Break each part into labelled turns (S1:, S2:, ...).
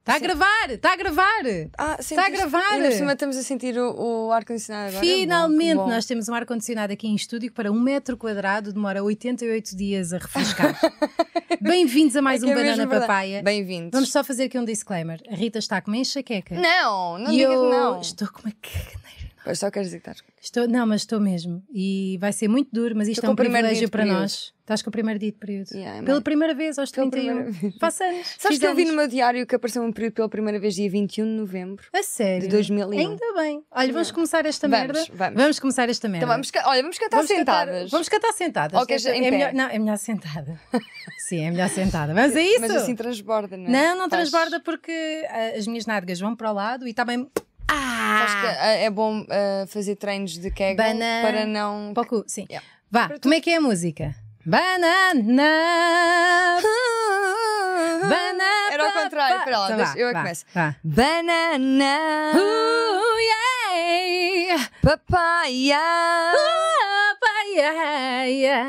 S1: Está Tá a gravar, está a gravar.
S2: Ah,
S1: Está Tá a gravar.
S2: Ainda por cima estamos a sentir o, o ar-condicionado agora.
S1: Finalmente
S2: é Bom, que bom.
S1: nós temos um ar-condicionado aqui em estúdio que para um metro quadrado demora 88 dias a refrescar. Bem-vindos a mais
S2: É que
S1: um
S2: é mesmo
S1: Banana
S2: verdade.
S1: Papaya.
S2: Bem-vindos.
S1: Vamos só fazer aqui um disclaimer. A Rita está com uma enxaqueca.
S2: Não, não
S1: e
S2: digas
S1: eu
S2: não.
S1: estou com uma caganeira.
S2: Pois só queres dizer que tá- estás.
S1: Estou, não, mas estou mesmo. E vai ser muito duro, mas isto
S2: Estou
S1: é
S2: com
S1: um
S2: o primeiro
S1: privilégio
S2: dia de
S1: para
S2: período.
S1: nós. Estás com o primeiro dia de período.
S2: Yeah, é
S1: Pela
S2: mãe.
S1: primeira vez aos
S2: Pela
S1: 31.
S2: primeira vez.
S1: Faça anos. Fiz
S2: Sabes que eu vi
S1: anos.
S2: no meu diário que apareceu um período pela primeira vez dia 21 de novembro?
S1: A sério.
S2: de 2001.
S1: Ainda bem. Olha, vamos começar esta
S2: Vamos,
S1: merda.
S2: vamos.
S1: começar esta merda.
S2: Então vamos, ca- olha, vamos cantar
S1: cantar-
S2: sentadas.
S1: vamos cantar sentadas.
S2: Ou queres
S1: é,
S2: em
S1: é
S2: pé?
S1: melhor, não, é melhor sentada. Sim, é melhor sentada. Mas é isso.
S2: Mas assim transborda, não é?
S1: não, não
S2: Faz-
S1: transborda porque ah, as minhas nádegas vão para o lado e também.
S2: Sabes que
S1: Ah!
S2: ah, é bom ah, fazer treinos de kegel
S1: Banana.
S2: para não.
S1: Um Pouco, sim.
S2: Yeah.
S1: Vá, como é que é a música? Banana! Banana!
S2: Era ao contrário, espera lá,
S1: Então
S2: deixa-
S1: vá,
S2: eu é que
S1: vá,
S2: começo.
S1: Vá.
S2: Banana,
S1: Ooh, yeah! Oh,
S2: papaya,
S1: Papaya!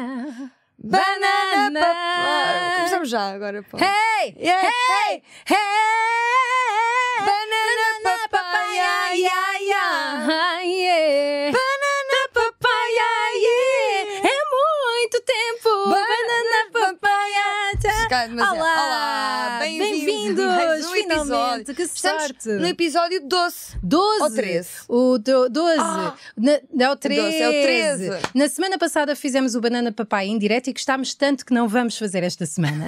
S2: banana, É.
S1: banana.
S2: papaya. Começamos já agora, pô.
S1: Hey!
S2: Yeah,
S1: Hey! Hey!
S2: Banana, papaya, ya, ya.
S1: yeah. Banana papaya, yeah. É muito tempo. Banana papaya.
S2: Se
S1: tá.
S2: calhar demasiado.
S1: Olá,
S2: Olá bem-vindos.
S1: bem-vindos,
S2: a mais um
S1: finalmente,
S2: episódio.
S1: que
S2: Estamos
S1: sorte.
S2: no episódio 12.
S1: 12.
S2: Ou 13.
S1: O do, 12.
S2: Ah!
S1: Na- não, é o 13.
S2: 12, é o 13.
S1: Na semana passada fizemos o Banana Papai em direto e gostámos tanto que não vamos fazer esta semana.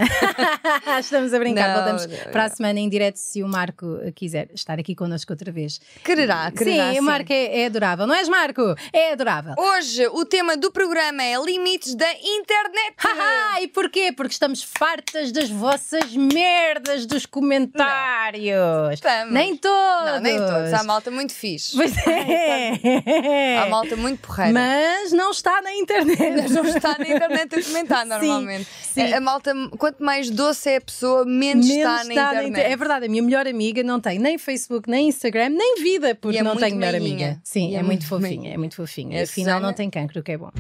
S1: Estamos a brincar,
S2: Não,
S1: voltamos
S2: não,
S1: para a
S2: não.
S1: semana em direto se o Marco quiser estar aqui connosco outra vez.
S2: Quererá, quererá.
S1: sim, o Marco é, é adorável, não és Marco? É adorável.
S2: Hoje o tema do programa é Limites da Internet.
S1: Haha, e porquê? Porque estamos fartas das vossas merdas dos comentários.
S2: Estamos.
S1: Nem todos.
S2: Não, nem todos. Há malta muito fixe.
S1: Pois é.
S2: Há malta muito porreira.
S1: Mas não está na internet.
S2: Mas não está na internet a comentar
S1: Sim,
S2: normalmente.
S1: sim.
S2: A- A malta, quanto mais doce é a pessoa, menos, está, na
S1: na
S2: internet.
S1: inter- É verdade, a minha melhor amiga não tem nem Facebook, nem Instagram, nem vida, porque
S2: E é
S1: não
S2: muito
S1: tem melhor
S2: meinha.
S1: amiga. Sim,
S2: E
S1: é,
S2: é
S1: muito
S2: muito
S1: fofinha,
S2: meinha.
S1: é muito fofinha.
S2: E a
S1: Afinal,
S2: Susana-
S1: não tem cancro, o que é bom.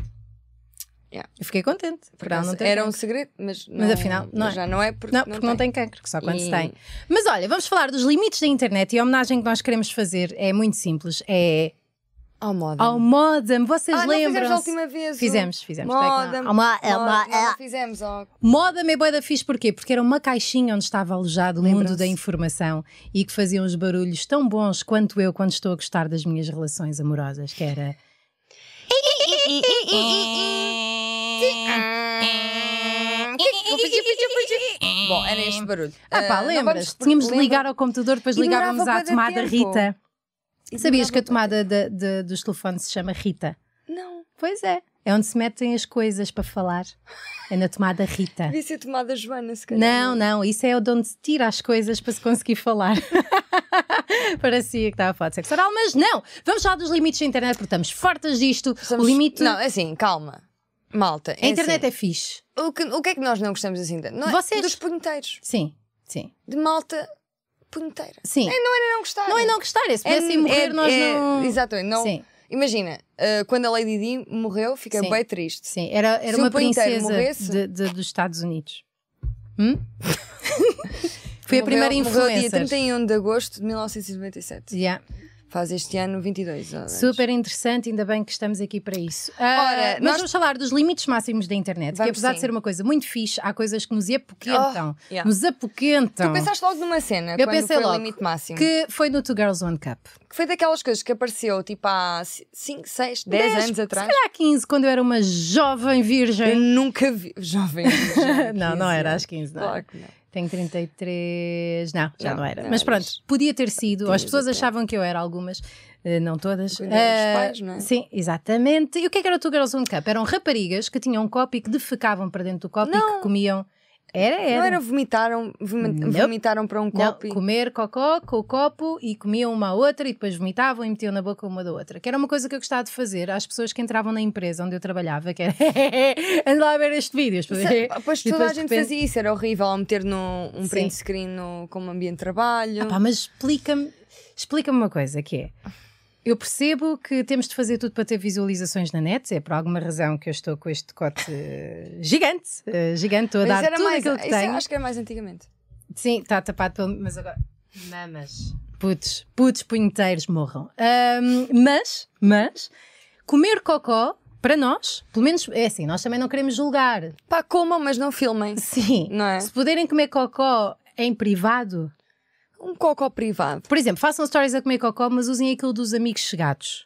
S2: Yeah.
S1: Eu fiquei contente,
S2: Por
S1: porque ela
S2: acaso,
S1: não tem
S2: era um
S1: cancro.
S2: segredo,
S1: Mas
S2: mas, não-
S1: afinal, não é.
S2: já não é porque
S1: Não, porque não tem cancro, que só quando se
S2: E-
S1: tem. Mas olha, vamos falar dos limites da internet e a homenagem que nós queremos fazer é muito simples. É
S2: Ao modo.
S1: ao modem. Vocês
S2: ah, não fizemos a
S1: lembram?
S2: última vez. o-
S1: Fizemos, fizemos. tá
S2: Modem.
S1: Ao mo- ao mo-
S2: Modem, não fizemos. ó.
S1: Moda me boeda fixe porquê? Porque era uma caixinha onde estava alojado o mundo
S2: Lembram-se?
S1: da informação e que fazia uns barulhos tão bons quanto eu quando estou a gostar das minhas relações amorosas, que era
S2: Bom, era este barulho.
S1: Ah pá,
S2: não
S1: lembras?
S2: vamos-
S1: Tínhamos de
S2: lembra-
S1: ligar ao computador, depois
S2: Ignorava
S1: ligávamos à
S2: bué de
S1: tomada
S2: tempo.
S1: Rita. Sabias que
S2: Ignorava
S1: a
S2: bué de
S1: tomada de- de- dos telefones se chama Rita?
S2: Não,
S1: Pois é. É onde se metem as coisas para falar. É na tomada Rita.
S2: devia ser tomada Joana, se calhar.
S1: Não, não, isso é de onde se tira as coisas para se conseguir falar. Parecia que estava a falar de sexo oral, mas não! Vamos falar dos limites da internet, porque estamos fartas disto.
S2: Somos-
S1: O limite.
S2: Não, é assim, calma. Malta.
S1: a internet é fixe.
S2: é. O que, o que é que nós não gostamos assim tanto? Não é-
S1: Vocês-
S2: Dos punheteiros.
S1: Sim, sim.
S2: De malta punheteira.
S1: Sim.
S2: Não gostar.
S1: não é não gostar, é se
S2: É-
S1: pudessem morrer,
S2: é-
S1: nós
S2: é-
S1: não.
S2: Exatamente. Não,
S1: Sim,
S2: Imagina, ah, quando a Lady Di morreu, fiquei
S1: Sim.
S2: bem triste.
S1: sim. Era, era
S2: Se
S1: uma
S2: o punheteiro
S1: princesa
S2: morresse-
S1: de- de- dos Estados Unidos. Hum? Foi a
S2: Morreu-
S1: primeira
S2: Morreu dia
S1: influencer.
S2: 31 de agosto de 1997.
S1: Yeah.
S2: Faz este ano 22 anos.
S1: Super interessante, ainda bem que estamos aqui para isso. Ah,
S2: Ora,
S1: mas
S2: nós-
S1: vamos falar dos limites máximos da internet, que
S2: Vamos
S1: apesar de
S2: sim.
S1: ser uma coisa muito fixe, há coisas que nos apoquentam.
S2: Oh, yeah.
S1: Nos apoquentam.
S2: Tu pensaste assim. logo numa cena,
S1: Então. Eu
S2: quando
S1: pensei
S2: foi o
S1: logo
S2: limite máximo. Que...
S1: Que foi no Two Girls One Cup.
S2: foi daquelas coisas que apareceu tipo há 5, 6, 10 anos atrás.
S1: Se calhar 15, quando eu era uma jovem
S2: Eu
S1: virgem.
S2: nunca vi. Jovem. jovem,
S1: não, não
S2: 15
S1: era
S2: anos.
S1: às 15, não.
S2: é. Claro que não.
S1: Tenho 33. Não, já não,
S2: Não,
S1: era.
S2: não
S1: Mas pronto,
S2: eras.
S1: podia ter sido. As
S2: Tinhas
S1: pessoas
S2: até.
S1: achavam que eu era algumas, eh, não todas.
S2: Quando eras
S1: Ah,
S2: pais, não é?
S1: Sim, exatamente. E o que é que era o Two Girls One Cup? Eram raparigas que tinham um copo e que defecavam para dentro do copo e que comiam. Era, era.
S2: Não era vomitaram, vom-
S1: Nope.
S2: vomitaram para um
S1: Não, é
S2: copo. e-
S1: comer cocó com o copo e comiam uma à outra e depois vomitavam e metiam na boca uma da outra. Que era uma coisa que eu gostava de fazer às pessoas que entravam na empresa onde eu trabalhava, que era anda lá a ver este vídeo. este
S2: Sa-
S1: vídeo."
S2: é, ah, Pois
S1: E
S2: toda a
S1: depois, de
S2: gente
S1: repente-
S2: fazia isso, era horrível ao meter num um
S1: Sim.
S2: print screen no, como ambiente de trabalho.
S1: Ah pá, mas explica-me explica uma coisa que é. Eu percebo que temos de fazer tudo para ter visualizações na net, é por alguma razão que eu estou com este decote eh, gigante, eh, gigante, estou a
S2: Mas
S1: dar
S2: era
S1: tudo
S2: mais,
S1: aquilo que
S2: isso
S1: tenho.
S2: acho que era mais antigamente.
S1: Sim, está tapado pelo. Mas agora.
S3: Mamas.
S1: Putos, putos punheteiros morram. Ahm, mas, mas, comer cocó, para nós, pelo menos é assim, nós também não queremos julgar.
S2: Pá, comam, mas não filmem.
S1: Sim.
S2: Não é?
S1: Se puderem comer cocó em privado,
S2: Um cocó privado.
S1: por exemplo, façam stories a comer cocó, mas usem aquilo dos amigos chegados.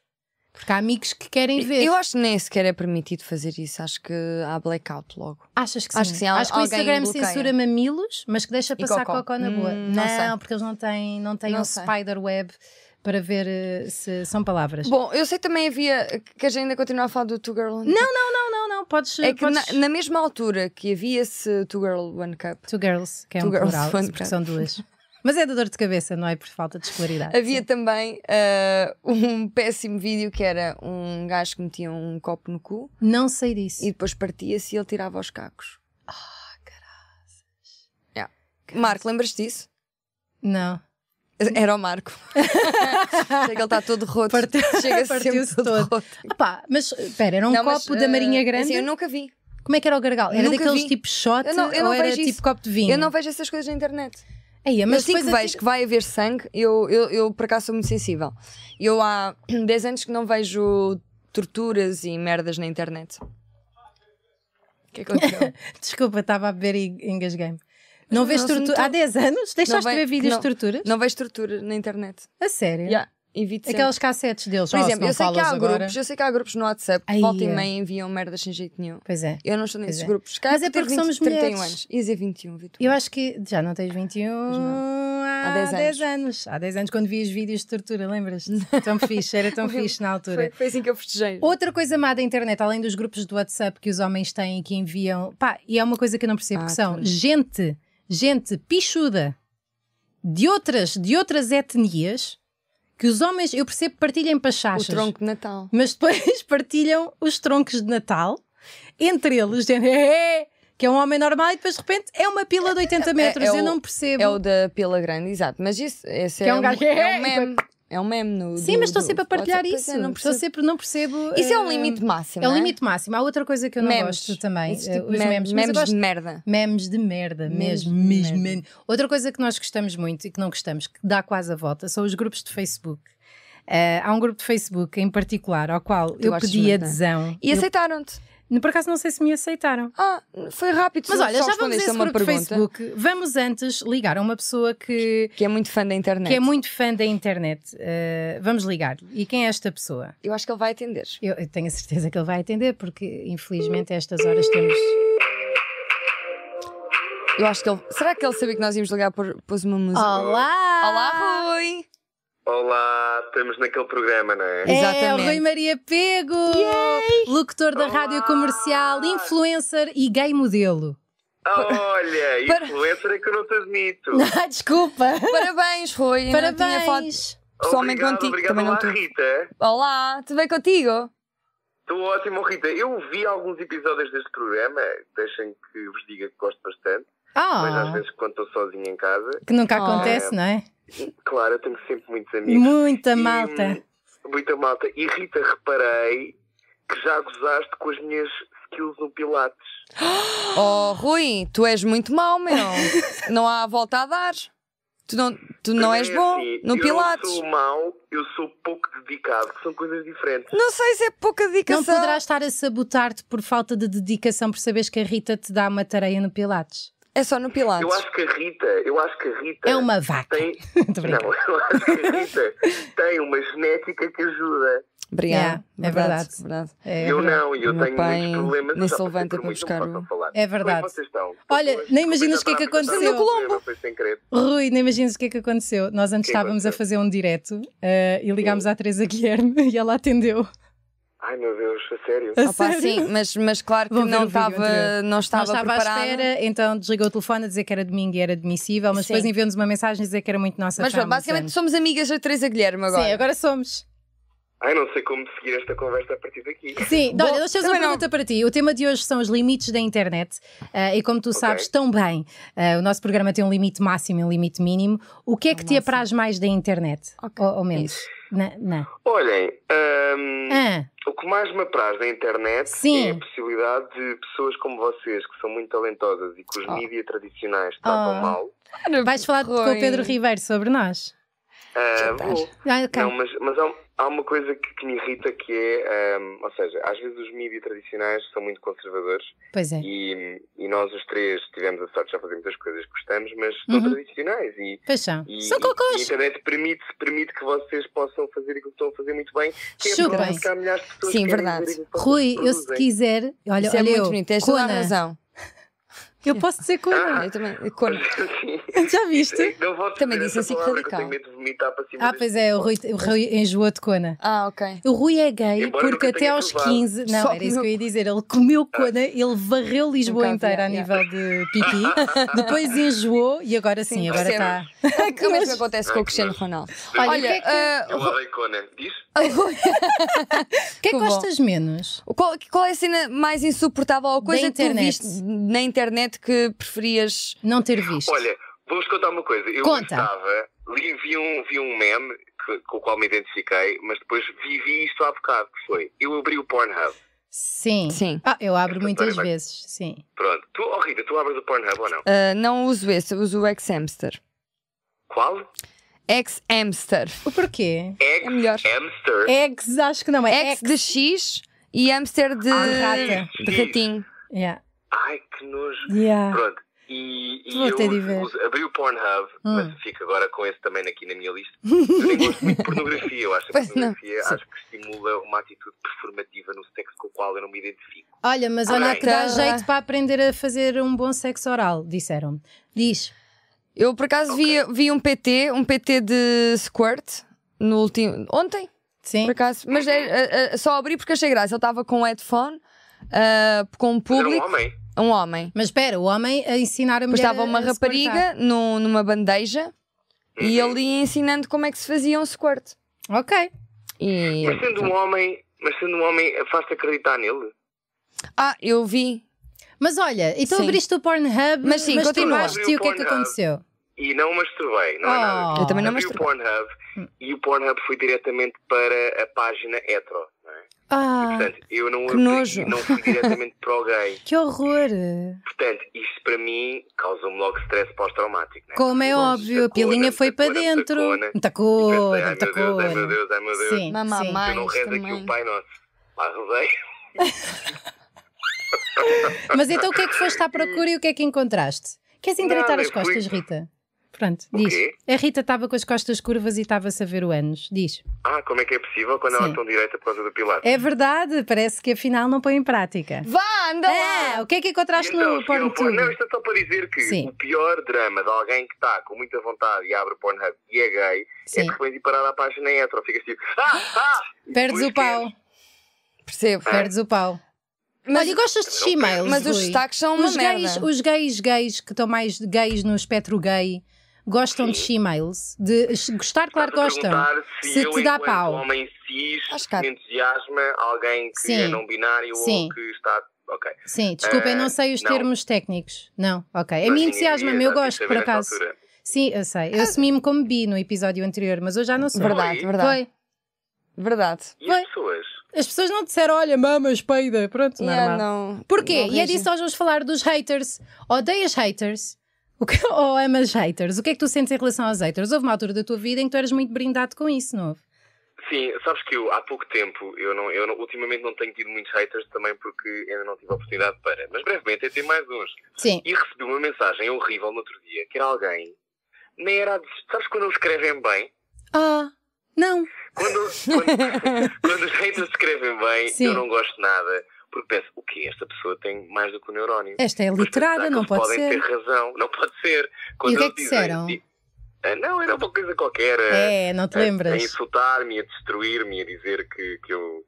S1: Porque há amigos que querem ver.
S2: Eu acho que nem sequer é permitido fazer isso. Acho que há blackout logo.
S1: Achas que sim?
S2: Acho que sim, al-
S1: Acho que o
S2: alguém
S1: Instagram
S2: bloqueia.
S1: censura mamilos, mas que deixa passar
S2: cocó.
S1: cocó, na boa.
S2: Hum, não
S1: não,
S2: sei.
S1: porque eles não têm, não têm
S2: Não
S1: um
S2: sei.
S1: spider web para ver eh, se são palavras.
S2: Bom, eu sei que também havia. que a gente ainda continua a falar do Two Girl One Cup.
S1: não, não, podes.
S2: É que
S1: podes...
S2: na, na mesma altura que havia esse Two Girl One Cup,
S1: Two girls, que é
S2: Two
S1: um
S2: girls,
S1: plural,
S2: one
S1: porque
S2: cup.
S1: são duas. Mas é da dor de cabeça, não é por falta de escolaridade.
S2: Havia também ah, um péssimo vídeo que era um gajo que metia um copo no cu
S1: Não sei disso.
S2: e depois partia-se e ele tirava os cacos. Ah, caraças. Marco, lembras disso?
S1: Não.
S2: Era o Marco. Chega, ele está todo roto.
S1: Partiu-
S2: Chega sempre
S1: partiu-se
S2: todo,
S1: todo.
S2: roto.
S1: Opá, mas espera, era um
S2: Não,
S1: copo
S2: mas,
S1: da
S2: ah,
S1: Marinha Grande.
S2: assim, eu nunca vi.
S1: Como é que era o gargalo? Era
S2: Nunca
S1: daqueles
S2: vi.
S1: tipo shot
S2: Eu não- eu não
S1: ou era
S2: vejo
S1: tipo
S2: isso.
S1: copo de vinho?
S2: Eu não vejo essas coisas na internet.
S1: Aí,
S2: Mas
S1: mas
S2: assim que
S1: depois a
S2: vejo
S1: ti-
S2: que vai haver sangue, eu, eu, eu por acaso sou muito sensível. Eu há 10 anos que não vejo torturas e merdas na internet. O que é que aconteceu?
S1: Desculpa, estava a beber e engasguei-me. Não vês
S2: não, assim,
S1: tortura?
S2: tu-
S1: Há 10 anos? Deixaste
S2: Não
S1: de
S2: ve-
S1: ver vídeos
S2: não-
S1: de torturas?
S2: não vejo tortura na internet.
S1: A sério?
S2: Yeah. Evito sempre.
S1: É? Aquelas cassetes deles,
S2: Por
S1: oh, se
S2: exemplo,
S1: não
S2: eu sei que
S1: falas
S2: há
S1: agora.
S2: grupos, eu sei que há grupos no WhatsApp que
S1: Ai,
S2: volta e
S1: é.
S2: meia enviam merdas sem jeito nenhum.
S1: Pois é.
S2: Eu não estou nesses
S1: é. Mas
S2: grupos. Cá
S1: é
S2: ter
S1: porque somos
S2: 31
S1: mulheres.
S2: anos. Ias a 21, Vitor.
S1: Eu acho que já não tens 21 há,
S2: Há
S1: 10
S2: 10
S1: anos. Há 10 anos, quando vias vídeos de tortura, lembras-te? Tão fixe, era tão fixe na altura.
S2: Foi, foi assim que eu festejei.
S1: Outra coisa má da internet, além dos grupos do WhatsApp que os homens têm e que enviam, pá, e é uma coisa que eu não percebo,
S2: Ah,
S1: que são
S2: claro.
S1: gente, gente pichuda de outras, de outras etnias, que os homens, eu percebo, que partilhem
S2: O
S1: pachachas,
S2: tronco de Natal.
S1: mas depois partilham os troncos de Natal, entre eles, dizendo, "Eh", que é um homem normal e depois de repente é uma pila de 80 metros,
S2: é o-
S1: eu não percebo.
S2: É o da Pila Grande, exato. Mas isso esse
S1: Que é
S2: é,
S1: um
S2: um,
S1: gajo-
S2: é um meme. É um meme no.
S1: Sim,
S2: do-
S1: mas estou
S2: do
S1: sempre a partilhar
S2: WhatsApp. Pois
S1: isso.
S2: é, não
S1: estou
S2: percebo.
S1: sempre, não percebo.
S2: Isso é um
S1: eh,
S2: limite máximo.
S1: É o
S2: não
S1: limite máximo. Há outra coisa que eu não
S2: Memes.
S1: gosto também,
S2: Esse
S1: eh,
S2: tipo
S1: os
S2: de
S1: memes. Mas eu gosto
S2: de merda.
S1: Memes de merda,
S2: Memes
S1: mesmo,
S2: de
S1: mesmo,
S2: merda.
S1: mesmo. Outra coisa que nós gostamos muito e que não gostamos, que dá quase a volta, são os grupos de Facebook. Eh, há um grupo de Facebook em particular ao qual eu
S2: gostas
S1: pedi
S2: muito, não é?
S1: adesão.
S2: E aceitaram-te.
S1: Eu, por acaso não sei se me aceitaram.
S2: Ah, foi rápido.
S1: Mas
S2: só-
S1: olha,
S2: só
S1: já vamos a
S2: respondeste a
S1: esse
S2: uma
S1: grupo de
S2: pergunta.
S1: Facebook. Vamos antes ligar a uma pessoa que,
S2: Que é muito fã da internet.
S1: que é muito fã da internet. Eh, vamos ligar. E quem é esta pessoa?
S2: Eu acho que ele vai atender.
S1: Eu, eu tenho a certeza que ele vai atender, porque infelizmente a estas horas temos.
S2: Eu acho que ele. Será que ele sabia que nós íamos ligar por pôs uma música?
S1: Olá!
S2: Olá, Rui!
S4: Olá, estamos naquele programa, não é?
S1: É o
S2: Exatamente.
S1: Rui Maria Pego, locutor da rádio comercial, influencer e gay modelo.
S4: Ah, Olha,
S2: Para-
S4: influencer é que eu não te admito.
S1: Ah, desculpa!
S2: Parabéns, Rui! Ainda não tinha falado
S1: Parabéns!
S2: pessoalmente
S4: obrigado,
S2: contigo,
S4: obrigado.
S2: também não
S4: Olá,
S2: tu.
S4: Rita.
S2: Olá, tudo bem contigo?
S4: Estou ótimo, Rita. Eu vi alguns episódios deste programa, deixem que vos diga que gosto bastante, mas às
S1: Ah,
S4: vezes quando estou sozinho em casa,
S1: que nunca
S2: Oh.
S1: acontece, não é?
S4: claro, eu tenho sempre muitos amigos.
S1: Muita
S4: E,
S1: malta.
S4: hum, Muita malta. E Rita, reparei que já gozaste com as minhas skills no Pilates.
S2: Oh, Rui, tu és muito mau, meu. não há volta a dar. Tu não, tu não és
S4: Primeiro,
S2: bom
S4: assim,
S2: no
S4: Eu não
S2: Pilates.
S4: sou mau, eu sou pouco dedicado, que são coisas diferentes.
S2: Não sei se é pouca
S1: Não
S2: dedicação.
S1: poderás estar a sabotar-te por falta de dedicação, por saberes que a Rita te dá uma tarefa no Pilates.
S2: É só no Pilates.
S4: Eu acho que a Rita, eu acho que a Rita
S1: É uma vaca.
S4: tem.
S1: Muito
S4: Não,
S1: obrigada.
S4: eu acho que a Rita tem uma genética que ajuda.
S2: Obrigada.
S1: Yeah, é verdade. É
S4: eu
S1: verdade.
S4: não, e eu
S2: Meu
S4: tenho
S2: pai
S4: muitos problemas.
S2: nem
S4: eu já
S2: se
S4: passei
S2: levanta
S4: por
S2: para
S4: muito,
S2: buscar
S4: não posso
S2: o-
S4: falar.
S1: É verdade.
S4: Como é que vocês estão?
S1: Olha,
S4: Pessoas,
S1: nem imaginas
S4: desculpa,
S1: o que é que
S4: já estava a
S1: aconteceu.
S2: No
S4: apresentar o
S2: Colombo.
S4: programa, Foi sem querer.
S1: Rui, não imaginas o que é que aconteceu. Nós antes
S4: O que é que
S1: estávamos a
S4: aconteceu?
S1: fazer um direto eh, e ligámos à Teresa Guilherme e ela atendeu.
S4: Ai meu Deus, a sério.
S1: A
S2: Opa,
S1: sério?
S2: sim, mas, mas claro que
S1: Vou ver
S2: não
S1: o vídeo
S2: estava,
S1: anterior.
S2: não
S1: Não
S2: estava
S1: estava
S2: preparada.
S1: à espera, então desligou o telefone a dizer que era domingo e era admissível, mas
S2: Sim.
S1: depois enviou-nos uma mensagem a dizer que era muito nossa
S2: Mas
S1: fã há
S2: pronto,
S1: muitos
S2: basicamente
S1: anos.
S2: somos amigas da Teresa Guilherme agora.
S1: Sim, agora somos.
S4: Ai, não sei como seguir esta conversa a partir daqui.
S1: Sim,
S2: Bom,
S1: olha, deixa-me uma
S2: também não.
S1: pergunta para ti. O tema de hoje são os limites da internet eh, e como tu sabes tão bem, eh, o nosso programa tem um limite máximo e um limite mínimo. O que é que te apraz mais da internet?
S2: Ok.
S1: Ou, ou menos? Não, não.
S4: Olhem, hum,
S1: Ah,
S4: o que mais me apraz da internet
S1: Sim.
S4: é a possibilidade de pessoas como vocês, que são muito talentosas e que os
S2: Oh.
S4: mídias tradicionais tratam
S1: Oh.
S4: mal,
S1: vais falar de- com o Pedro Ribeiro sobre nós?
S4: ah,
S2: Já
S4: vou.
S2: estás.
S1: Ah, ok.
S4: Não, mas, mas há, um, há uma coisa que, que me irrita que é, hum, ou seja, às vezes os mídias tradicionais são muito conservadores
S1: Pois é.
S4: e, e nós os três tivemos a sorte de já fazer muitas coisas que gostamos, mas
S1: Uhum.
S4: são tradicionais e,
S1: Pois são.
S4: E,
S1: São
S4: e a
S1: cocôs.
S4: internet permite, permite que vocês possam fazer aquilo que estão a fazer muito bem. Que é
S1: Chupem.
S4: provar que há milhares de pessoas
S2: Sim,
S4: que querem
S2: verdade.
S4: fazer aquilo que vocês
S1: Rui, eu se
S4: produzem.
S1: quiser. Olha,
S2: Isso é
S1: olha
S2: muito
S1: eu.
S2: bonito, tens toda a
S1: Cona.
S2: razão.
S1: Eu posso dizer Cona.
S4: Ah.
S2: Eu também, eu cor-
S4: Sim.
S1: Já viste?
S4: Não vou dizer
S2: Também disse
S4: essa
S2: assim que
S4: palavra, que eu
S2: radical.
S4: tenho medo de vomitar para cima
S1: Ah,
S4: deste
S1: pois é, o
S4: microfone.
S1: Rui, o Rui enjoou de Cona.
S2: Ah, ok.
S1: O Rui é gay
S4: Embora
S1: porque
S4: nunca
S1: até
S4: tenha Ah.
S1: aos
S4: provado.
S1: 15. Não,
S2: Só
S1: era isso
S2: comeu-
S1: que eu ia dizer. Ele comeu Cona, ele varreu Lisboa
S2: Nunca vi,
S1: inteira a
S2: yeah.
S1: nível de pipi, depois enjoou e agora sim,
S2: Sim,
S1: agora tá. está.
S2: percebo. É O mesmo acontece com o Cristiano Ronaldo. Olha,
S1: o que é que-
S2: ah,
S4: Eu odeio Conan. Diz?
S1: O que é que
S2: Que bom.
S1: gostas menos?
S2: Qual, qual é a cena mais insuportável ou coisa que tu
S1: internet.
S2: viste na internet que preferias?
S1: Não ter visto.
S4: Olha, vou-vos contar uma coisa. Eu
S1: Conta.
S4: estava, li, vi, um, vi um meme que- com o qual me identifiquei, mas depois vivi isto há bocado, que foi. Eu abri o Pornhub.
S1: Sim.
S2: Sim.
S1: Ah, eu abro
S4: Esta
S1: muitas
S4: história vai-
S1: vezes, sim.
S4: Pronto. Tu, oh Rita, tu abres o Pornhub ou não?
S1: É.
S2: Ah, não uso esse, uso o ex-hamster.
S4: Qual?
S2: Ex-hamster.
S1: O porquê?
S4: Egg
S2: É melhor.
S4: Hamster.
S1: Ex, acho que não, é
S2: Ex
S1: ex.
S2: de X e hamster de,
S1: Ah, de rata.
S2: de ratinho.
S1: Yeah.
S4: Ai, que nojo.
S1: Yeah.
S4: Pronto. E, e
S1: Vou
S4: eu
S1: ter de ver.
S4: uso- abri o Pornhub,
S1: Hum.
S4: mas fico agora com esse também aqui na minha lista. Eu nem gosto muito de pornografia, eu acho que a
S2: Pois não.
S4: pornografia acho que estimula uma atitude performativa no sexo com o qual eu não me identifico.
S1: Olha, mas olha
S4: Ok.
S1: que dá
S2: Tá lá.
S1: jeito para aprender a fazer um bom sexo oral, disseram-me. Diz.
S2: Eu por acaso vi, vi um PT, um PT de squirt no último. ontem.
S1: Sim.
S2: Por acaso, mas é, é, é, só abri porque achei graça. Ele estava com um headphone, ah, com um
S4: Mas era um
S2: público,
S4: homem.
S2: um homem.
S1: Mas espera, o homem a ensinar a mulher.
S2: Depois estava
S1: a-
S2: uma
S1: a se cortar.
S2: rapariga num- numa bandeja e ele ia ensinando como é que se fazia um squirt.
S1: Ok.
S2: E.
S4: Mas sendo um homem, mas sendo um homem, faz-te acreditar nele.
S2: Ah, eu vi.
S1: Mas olha, então
S2: Sim.
S1: abriste o Pornhub,
S2: Mas sim, continua.
S1: masturbaste e o que é que
S4: Abri o Pornhub.
S1: aconteceu?
S4: E não masturbei, não é nada.
S1: Oh.
S2: Eu também não
S4: Abri o
S2: mostrei.
S4: Pornhub
S1: Hum.
S4: e o Pornhub foi diretamente para a página hetero. Não é?
S1: Ah,
S4: Portanto, eu não,
S2: que
S4: abri-
S2: nojo.
S4: não fui diretamente para o gay.
S1: que horror.
S4: Portanto, isto para mim causou-me logo stress pós-traumático. Né?
S1: Como é
S4: Porque
S1: óbvio, a
S4: tacou,
S1: pilinha
S4: né?
S1: foi
S4: Tacou,
S1: para
S4: né?
S1: dentro.
S4: Tacou, né?
S1: Me Tacou, me
S4: E pensei, ai meu
S1: tacou.
S4: Deus, ai meu Deus, ai meu Deus.
S1: Sim,
S2: Mamá,
S1: sim.
S2: mãe.
S4: Eu não
S2: Ai,
S4: rezo aqui
S2: também.
S4: o Pai Nosso. Lá rezei.
S1: Mas então o que é que foste à procura e o que é que encontraste? Queres endireitar
S4: Nada,
S1: as
S4: fui-
S1: costas, Rita? Pronto,
S4: O
S1: diz.
S4: quê?
S1: A Rita estava com as costas curvas e estava-se a ver o ânus. Diz.
S4: Ah, como é que é possível quando ela
S1: Sim.
S4: é tão direita por causa do pilar?
S1: É verdade, parece que afinal não põe em prática.
S2: Vá, anda
S1: Ah,
S2: lá!
S1: o que é que encontraste no PornTube?
S4: Então, Não, isto é só para dizer que
S1: Sim.
S4: o pior drama de alguém que está com muita vontade e abre o Pornhub e é gay é
S1: Sim,
S4: de repente ir parar à página hetero. Ficas tipo, ah, ah! E
S1: perdes
S4: depois
S1: o pau,
S2: Percebo.
S1: perdes o pau.
S2: Mas-
S1: Olha, e gostas de Gmails,
S2: Mas os
S1: Rui?
S2: destaques são uma
S1: os gays,
S2: merda.
S1: os gays gays que estão mais gays no espectro gay gostam de Gmails. De gostar, claro que
S4: estás a
S1: gostam.
S4: perguntar Se,
S1: Se
S4: eu,
S1: te dá
S4: enquanto
S1: pau.
S4: homem cis,
S2: Acho que há-
S4: me entusiasma alguém que
S1: Sim.
S4: é não binário
S1: Sim. É
S4: ou que está. Ok.
S1: Sim, desculpem,
S4: Eh,
S1: não sei os
S4: não.
S1: termos técnicos. Não, ok. A
S4: Mas
S1: mim
S4: ninguém
S1: entusiasma-me, eu
S4: devia
S1: gosto,
S4: saber
S1: por
S4: nesta
S1: acaso.
S4: altura.
S1: Sim, eu sei. Eu assumi-me como bi no episódio anterior, mas hoje já não sou.
S2: Ah. Verdade,
S4: Foi.
S2: verdade.
S1: Foi.
S2: Verdade.
S4: E as
S1: Foi.
S4: pessoas?
S1: As pessoas não disseram, olha, mamas, peida. Pronto,
S2: Yeah,
S1: é normal.
S2: é não,
S1: Porquê?
S2: não
S1: e é
S2: vejo.
S1: disso que nós vamos falar dos haters. Odeias haters? O que- ou amas haters? O que é que tu sentes em relação aos haters? Houve uma altura da tua vida em que tu eras muito brindado com isso, não houve?
S4: Sim, sabes que eu há pouco tempo, eu não, eu não- ultimamente não tenho tido muitos haters também porque ainda não tive a oportunidade para, mas brevemente eu tenho mais uns.
S1: Sim.
S4: E recebi uma mensagem horrível no outro dia, que era alguém, nem era, a des- sabes quando eles escrevem bem?
S1: Ah, não.
S4: Quando, quando, quando os haters escrevem bem,
S1: Sim.
S4: eu não gosto nada, porque penso, o quê? Esta pessoa tem mais do que um neurónio.
S1: Esta é
S4: Mas
S1: literada,
S4: pensar que
S1: não
S4: eles
S1: pode
S4: podem
S1: ser.
S4: ter razão, não pode ser. Quando
S1: E o que é
S4: eles
S1: que
S4: dizem,
S1: disseram?
S4: di- Ah, não, era uma coisa qualquer. ah,
S1: É, não te
S4: a- A
S1: lembras?
S4: insultar-me, a destruir-me, a dizer que, que eu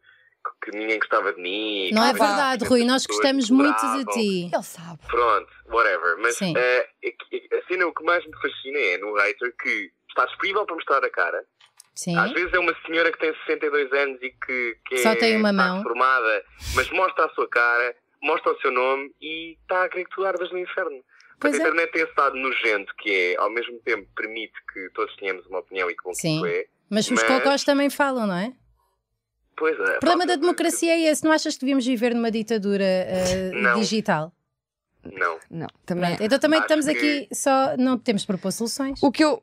S4: que ninguém gostava de mim.
S1: Não é
S4: que eu era
S1: verdade,
S4: uma
S1: Rui.
S4: pessoa
S1: Nós
S4: que
S1: gostamos muito de
S4: tolerava.
S1: ti.
S2: Ele sabe.
S4: Pronto, whatever. Mas
S1: Sim.
S4: eh, é que- a cena o que mais me fascina é no hater que está disponível para mostrar a cara.
S1: Sim.
S4: Às vezes é uma senhora que tem 62 anos e que, que
S1: Só
S4: é,
S1: tem uma
S4: está
S1: mão.
S4: reformada, mas mostra a sua cara, mostra o seu nome e está a querer que tu ardas no inferno.
S1: Pois
S4: Porque
S1: é.
S4: a internet tem esse lado nojento que é, ao mesmo tempo, permite que todos tenhamos uma opinião e que bom que
S1: Sim.
S4: isso é,
S1: Mas os
S4: Mas-
S1: cocós também falam, não é?
S4: Pois é.
S1: O problema da
S4: falta de-
S1: democracia é esse. Não achas que devíamos viver numa ditadura eh,
S4: Não.
S1: digital?
S4: Não.
S2: Não, também. é.
S1: Pronto. Então também
S4: Acho
S1: estamos
S4: que-
S1: aqui só. Não temos de propor soluções.
S2: O que eu,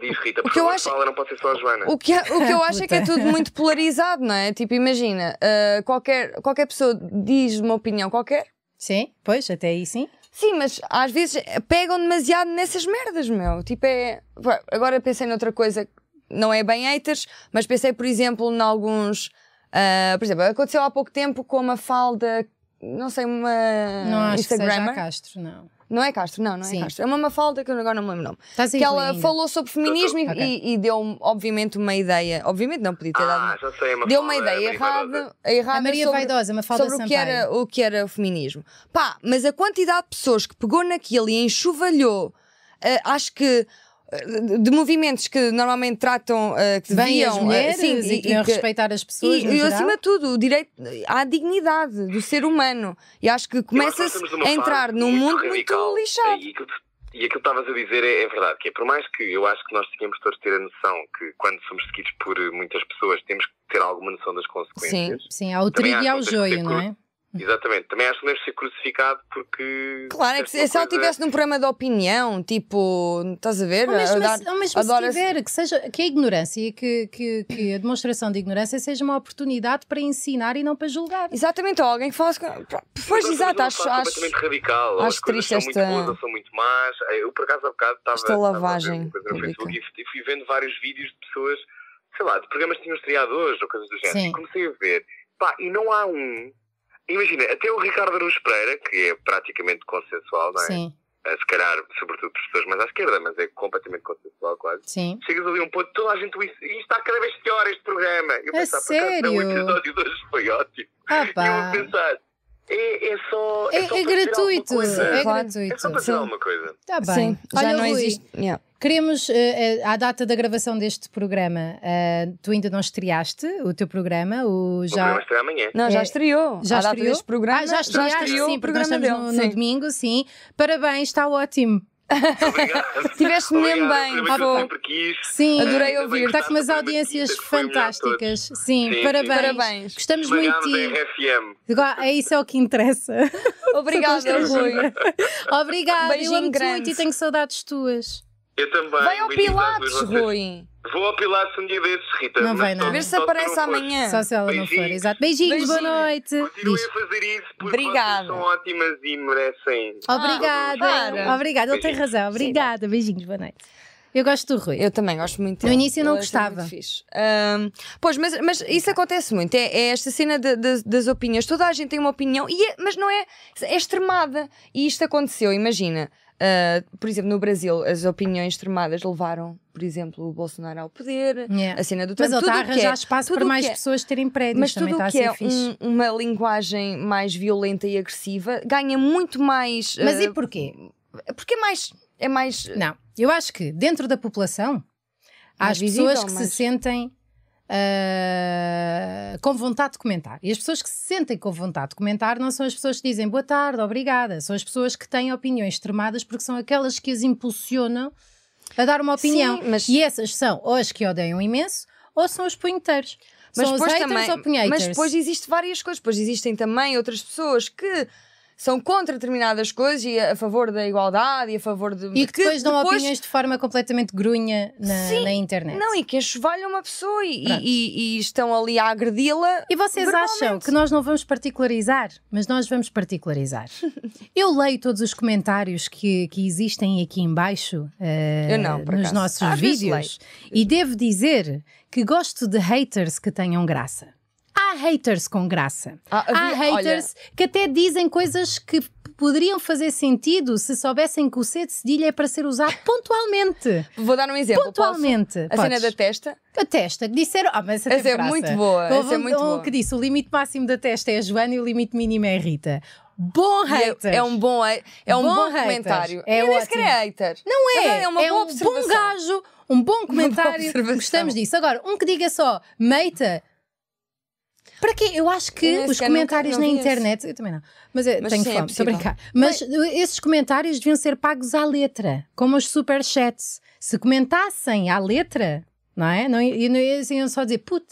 S4: Diz Rita, por
S2: que eu
S4: favor,
S2: acho-
S4: fala, não pode ser só a Joana.
S2: O que, o que eu acho é que é
S1: Puta.
S2: tudo muito polarizado, não é? Tipo, imagina, ah, qualquer, qualquer pessoa diz uma opinião qualquer.
S1: Sim, pois, até aí sim.
S2: Sim, mas às vezes pegam demasiado nessas merdas, meu. Tipo, é. Vai, Agora pensei noutra coisa que não é bem haters, mas pensei, por exemplo, em alguns. ah, por exemplo, aconteceu há pouco tempo com uma falda. Não sei, uma.
S1: Não acho que seja a
S2: Ah, Instagrammer.
S1: Castro, não.
S2: não é Castro, não, não é
S1: Sim.
S2: Castro. É uma mafalda que eu agora não me lembro o nome.
S1: Estás aí
S2: que ela
S1: ainda.
S2: falou sobre feminismo e-
S1: Ok.
S2: e, e deu, obviamente, uma ideia. Obviamente, não podia ter dado.
S4: Ah, já sei, é uma
S2: deu uma
S4: fala,
S2: ideia
S4: Maria Vaidosa.
S2: errada, errada
S1: A Maria
S2: sobre,
S1: Vaidosa, uma falda
S2: sobre o, que era, o que era o feminismo. Pá, mas a quantidade de pessoas que pegou naquilo e enxovalhou, eh, acho que eh, de- de movimentos que normalmente tratam eh, que
S1: Bem
S2: deviam
S1: as
S2: eh,
S1: mulheres
S2: sim,
S1: e, que deviam
S2: que-
S1: respeitar as pessoas.
S2: e,
S1: no
S2: e,
S1: geral.
S2: acima de tudo, o direito à dignidade do ser humano. E acho que
S4: Eu acho que nós
S2: começa-se
S4: estamos numa
S2: a entrar
S4: fase
S2: num mundo
S4: radical. é
S2: muito lixado.
S4: E aquilo que- e aquilo que estavas a dizer é, é verdade, que é por mais que eu acho que nós tínhamos todos de ter a noção que quando somos seguidos por eh, muitas pessoas temos que ter alguma noção das consequências.
S1: Sim, há o
S4: Também
S1: trigo e
S4: há
S1: há o
S4: coisas que
S1: joio,
S4: é
S1: não é?
S4: Exatamente. Também acho que não deves ser crucificado porque.
S2: Claro, é que se,
S4: fizeste
S2: se ela
S4: uma coisa-
S2: estivesse num programa de opinião, tipo, estás a ver?
S1: Ou mesmo, assim,
S2: a dar-
S1: se- ou mesmo
S2: adoro-
S1: se tiver, que, seja, que a ignorância, que, que, que a demonstração de ignorância seja uma oportunidade para ensinar e não para julgar.
S2: Exatamente, ou alguém que falasse. com- Pois,
S4: Nós estamos
S2: exato,
S4: numa
S2: acho. acho...
S4: fase é um completamente radical. Ou
S2: acho
S4: as coisas
S2: triste
S4: são muito
S2: esta-
S4: boas ou são muito más. Eh, Eu, por acaso, há bocado estava.
S2: Esta
S4: estava a ver
S2: lavagem
S4: uma coisa no
S2: pública.
S4: Facebook E e fui vendo vários vídeos de pessoas, sei lá, de programas que tinham estreado hoje ou coisas do género.
S1: Sim.
S4: E comecei a ver. Pá, e não há um. Imagina, até o Ricardo Aruz Pereira, que é praticamente consensual, não é?
S1: Sim,
S4: Eh, Se calhar, sobretudo por pessoas mais à esquerda, mas é completamente consensual, quase.
S1: sim.
S4: Chegas ali a um ponto, toda a gente. "Isso- Isto está cada vez pior, este programa. Eu
S1: A
S4: pensava, por acaso, não, o
S1: sério?
S4: episódio de hoje foi ótimo.
S1: Ah,
S4: E eu a
S1: pá.
S4: pensar, é, é só.
S1: É,
S4: só
S1: é
S4: para dizer
S1: gratuito,
S4: alguma coisa.
S1: é
S2: Claro.
S4: É só
S1: gratuito.
S4: para dizer
S2: Sim.
S4: alguma coisa.
S1: Está Tá bem.
S2: Sim, já
S1: Olha,
S2: não
S1: Rui,
S2: existe. Yeah.
S1: Queremos, eh, eh, à data da gravação deste programa, eh, tu ainda não estreaste o teu programa, o
S4: O programa
S1: já.
S4: está amanhã.
S2: Não, já
S1: É.
S2: estreou.
S1: Já
S2: À data
S1: estreou?
S2: deste programa,
S1: Ah, já estreaste, sim,
S2: o
S1: porque nós
S2: programa
S1: estamos
S2: dele.
S1: no, no
S2: sim.
S1: domingo, sim. Parabéns, está ótimo.
S4: Obrigado.
S2: Tiveste mesmo
S4: Obrigado,
S2: bem,
S4: foi uma coisa
S2: pô.
S4: que eu sempre quis.
S1: Sim,
S2: Adorei
S4: Eh,
S2: ouvir.
S4: também
S1: Está com umas
S4: gostaste, também
S1: audiências
S4: gostaste, foi melhor todos.
S1: fantásticas. Sim,
S4: Sim,
S1: parabéns.
S4: sim.
S2: Parabéns.
S1: Gostamos muito
S4: Esmagámos
S1: de ti.
S4: a RFM.
S1: Agora, É isso é o que interessa.
S2: Obrigada,
S1: Estou
S2: Rui.
S1: Obrigada,
S2: Beijinho
S1: eu amo-te
S2: grande.
S1: muito e tenho saudades tuas.
S4: Eu também.
S2: Vai ao
S4: Beijinhos às duas
S2: Pilates,
S4: vocês.
S2: Rui.
S4: Vou ao Pilates um dia desses, Rita.
S1: Não
S4: mas
S1: vai
S4: só-
S1: nada.
S2: A ver se
S4: só não
S2: aparece
S4: for. um
S2: amanhã.
S1: Só se ela não for,
S4: Beijinhos.
S1: exato. Beijinhos, boa
S2: Beijinho.
S1: noite.
S4: Continuem
S1: Diz.
S4: a fazer isso porque
S2: Obrigada.
S4: vocês são ótimas e merecem.
S2: Ah,
S1: Obrigada,
S2: Para.
S1: obrigada, ele tem
S4: Beijinhos.
S1: razão. Obrigada, beijinhos, boa noite. Eu gosto do Rui. É.
S2: Eu também gosto muito
S1: No
S2: dele.
S1: início eu não
S2: Ele é sempre
S1: gostava.
S2: muito fixe. Ahm, pois, mas, mas isso acontece muito. É, é esta cena de- de- das opiniões. Toda a gente tem uma opinião, e é- mas não é, é extremada. E isto aconteceu, imagina. ah, por exemplo, no Brasil, as opiniões extremadas levaram, por exemplo, o Bolsonaro ao poder,
S1: Yeah.
S2: a cena do
S1: Mas
S2: Trump,
S1: ele
S2: Assim, tudo
S1: está a
S2: o que
S1: arranjar
S2: é-
S1: espaço
S2: tudo
S1: para
S2: o
S1: mais
S2: que é-
S1: pessoas terem prédios,
S2: mas
S1: também
S2: tudo
S1: está
S2: o
S1: a
S2: que
S1: ser
S2: é
S1: fixe.
S2: um- uma linguagem mais violenta e agressiva ganha muito mais.
S1: Mas
S2: ah,
S1: e porquê?
S2: porque é mais. É mais
S1: Eh, Não, eu acho que dentro da população há as
S2: Mais
S1: pessoas
S2: é visível,
S1: que
S2: mas-
S1: se sentem ah, com vontade de comentar. E as pessoas que se sentem com vontade de comentar não são as pessoas que dizem boa tarde, obrigada. São as pessoas que têm opiniões extremadas porque são aquelas que as impulsionam a dar uma opinião.
S2: Sim, mas-
S1: E essas são ou as que odeiam imenso ou são os punheteiros.
S2: Mas
S1: são os
S2: depois
S1: haters
S2: também,
S1: ou punheteiros.
S2: mas depois existe várias coisas, depois existem também outras pessoas que são contra determinadas coisas e a favor da igualdade e a favor de
S1: E que depois dão opiniões de forma completamente grunha na,
S2: Sim,
S1: na internet.
S2: não e que enxovalham uma pessoa e,
S1: Pronto.
S2: e- e estão ali a agredi-la.
S1: E vocês acham que nós não vamos particularizar, mas nós vamos particularizar. Eu leio todos os comentários que, que existem aqui em baixo eh,
S2: Eu não, por
S1: nos
S2: acaso.
S1: nossos
S2: Às vezes
S1: vídeos e devo dizer que gosto de haters que tenham graça. Há haters com graça.
S2: Ah,
S1: Há
S2: havia- olha,
S1: haters que até dizem coisas que poderiam fazer sentido se soubessem que o C de cedilha é para ser usado pontualmente.
S2: vou dar um exemplo. posso?
S1: Pontualmente.
S2: A cena
S1: Podes.
S2: da testa.
S1: A testa, que disseram. Ah, mas essa
S2: Essa
S1: tem
S2: é
S1: graça.
S2: muito boa, essa
S1: Houve
S2: é
S1: um-
S2: muito
S1: um
S2: boa.
S1: que disse: o limite máximo da testa é a Joana e o limite mínimo é a Rita. Bom
S2: e
S1: hater.
S2: É, é um bom, é um
S1: Bom
S2: bom,
S1: hater.
S2: comentário.
S1: É
S2: Eu nem sequer
S1: ótimo.
S2: é hater. Não
S1: É,
S2: É uma
S1: é
S2: boa
S1: um
S2: observação.
S1: bom gajo, um bom comentário.
S2: observação.
S1: Gostamos disso. Agora, um que diga só, meita. Para quê? Eu acho
S2: Eu
S1: que
S2: nem
S1: os
S2: sequer
S1: comentários
S2: nunca- não
S1: na
S2: vi esse.
S1: internet. Eu também não. Mas eu
S2: Mas
S1: tenho
S2: sim, é
S1: fome, estou a
S2: possível.
S1: brincar. Mas uh, esses comentários deviam ser pagos à letra, como os superchats. Se comentassem à letra, não é? Não, e não iam assim, iam só dizer put.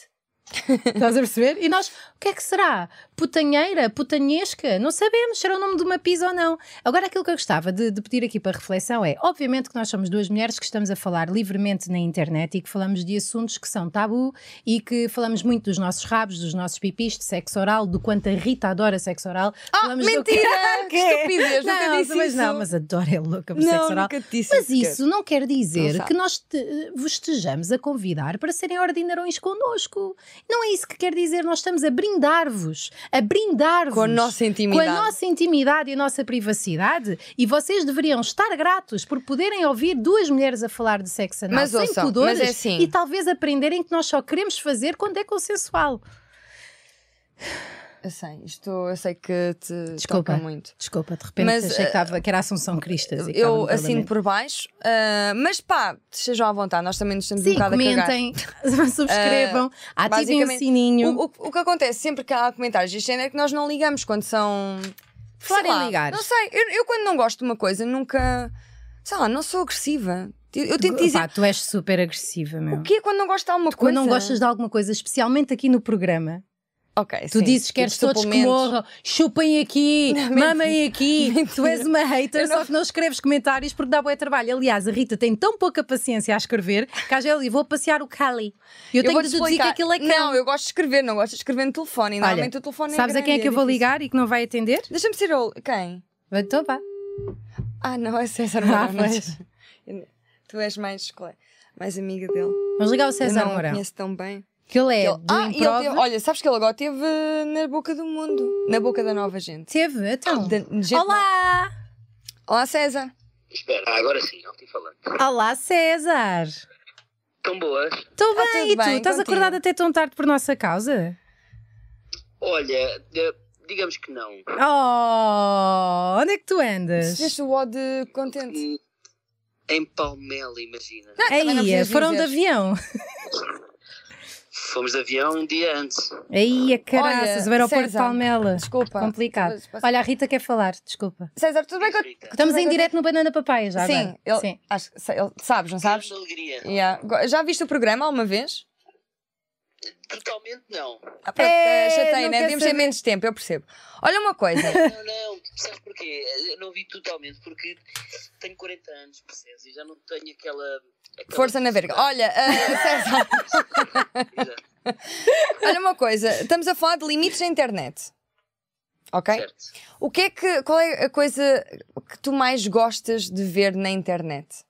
S1: Estás a perceber? E nós, o que é que será? Putanheira? Putanhesca? Não sabemos se era o nome de uma pizza ou não. Agora, aquilo que eu gostava de, de pedir aqui para reflexão é: obviamente que nós somos duas mulheres que estamos a falar livremente na internet e que falamos de assuntos que são tabu e que falamos muito dos nossos rabos, dos nossos pipis, de sexo oral, do quanto a Rita adora sexo oral.
S2: Ah,
S1: falamos
S2: mentira! Que, estupidez,
S1: Não,
S2: nunca disse
S1: mas
S2: isso.
S1: não, mas adoro, é louca por
S2: Não,
S1: sexo oral.
S2: nunca te disse
S1: Mas
S2: sequer.
S1: isso não quer dizer
S2: Não sabe.
S1: que nós te- vos estejamos a convidar para serem ordinarões connosco. Não é isso que quer dizer. Nós estamos a brindar-vos. A brindar-vos.
S2: Com a nossa intimidade.
S1: Com a nossa intimidade e a nossa privacidade. E vocês deveriam estar gratos por poderem ouvir duas mulheres a falar de sexo anal
S2: Mas
S1: sem
S2: ouçam,
S1: pudores
S2: mas é assim.
S1: e talvez aprenderem que nós só queremos fazer quando é consensual.
S2: Eu sei, isto eu sei que te
S1: Desculpa.
S2: toca muito.
S1: Desculpa, de repente
S2: Mas,
S1: achei
S2: eh,
S1: que, estava, que era Assunção Cristas. e que estava no
S2: Eu assino
S1: Parlamento.
S2: por baixo, ah, mas pá, estejam à vontade, nós também nos estamos um
S1: Sim,
S2: bocado a cagar. Eh,
S1: comentem, subscrevam, ativem o
S2: basicamente,
S1: sininho.
S2: O, o- o que acontece sempre que há comentários deste género é que nós não ligamos quando são. sei
S1: Falar em
S2: lá,
S1: ligar.
S2: Não sei, eu, eu quando não gosto de uma coisa nunca. Sei lá, não sou agressiva. Eu, eu tento
S1: Pá,
S2: dizer.
S1: tu és super agressiva, meu.
S2: O que é quando não gosto de alguma
S1: Quando
S2: coisa?
S1: não gostas de alguma coisa, especialmente aqui no programa,
S2: Ok,
S1: tu
S2: sim,
S1: dizes que
S2: tipo
S1: queres todos que
S2: suplementos.
S1: morram, chupem aqui, mamem aqui.
S2: Mentira.
S1: Tu és uma hater,
S2: Eu
S1: só que não escreves comentários porque dá bué trabalho. Aliás, a Rita tem tão pouca paciência a escrever que às vezes eu vou passear o Cali. Eu, tenho
S2: vou
S1: de
S2: te
S1: deduzir que
S2: explicar.
S1: aquilo é cão.
S2: Não, eu gosto de escrever, não gosto de escrever no telefone. e
S1: Olha,
S2: Normalmente o telefone é
S1: Sabes a quem é
S2: grande,
S1: que eu vou
S2: difícil.
S1: ligar e que não vai atender?
S2: Deixa-me ser eu. Quem?
S1: Então vá.
S2: Ah, não, é César
S1: Ah,
S2: Mourão. não
S1: pois.
S2: te- tu és mais, cole- mais amiga dele.
S1: Vamos ligar o
S2: eu
S1: César
S2: não o
S1: Mourão.
S2: conheço tão bem.
S1: Que ele é
S2: Ele-
S1: do
S2: ah, e ele
S1: improv.
S2: teve- olha, sabes que ele agora esteve na boca do mundo, na boca da nova gente.
S1: Teve, então.
S2: Da- gente
S1: Olá!
S2: nova. Olá, César.
S5: Espera, ah, agora sim, já estou falando.
S1: Olá, César!
S5: Tão boas.
S1: Estou
S2: Tá
S1: bem,
S2: tudo
S1: e tu?
S2: bem,
S1: Estás
S2: contigo?
S1: acordado até tão tarde por nossa causa?
S5: Olha, de- digamos que não.
S1: Oh, onde é que tu andas?
S2: Fizeste o O de contente.
S5: Hum, Em Palmela, imagina.
S2: Ah, também não
S1: Aí,
S2: precisas
S1: foram de
S2: dizer.
S1: avião.
S5: Fomos de avião um dia antes.
S1: Aí, a caraças,
S2: Olha,
S1: o aeroporto de
S2: César,
S1: Palmela.
S2: Desculpa.
S1: Complicado.
S2: Mas passa-
S1: Olha, a Rita quer falar, desculpa.
S2: César, tudo bem que eu...
S5: Rita,
S1: Estamos
S2: tudo bem
S1: em
S2: que Então, eu-
S1: direto no Banana Papaya já
S2: Sim,
S1: agora.
S2: ele,
S1: Sim.
S2: Acho que sei- ele- sabes, não sabes?
S5: grande alegria.
S2: Yeah. Go- Já viste o programa alguma vez?
S5: Totalmente não.
S2: Ah, pronto,
S1: É,
S2: eh, chatei,
S1: não
S2: né?
S1: quer
S2: Devíamos ter
S1: saber.
S2: menos tempo, eu percebo. Olha uma coisa.
S5: Não, não, sabes porquê? Eu não vi totalmente, porque tenho 40 anos, percebes? E já não tenho aquela. aquela
S2: Força na verga. Olha, eh, César,
S5: Exato,
S2: olha uma coisa. Estamos a falar de limites da internet. Ok?
S5: certo.
S2: O que é que. Qual é a coisa que tu mais gostas de ver na internet?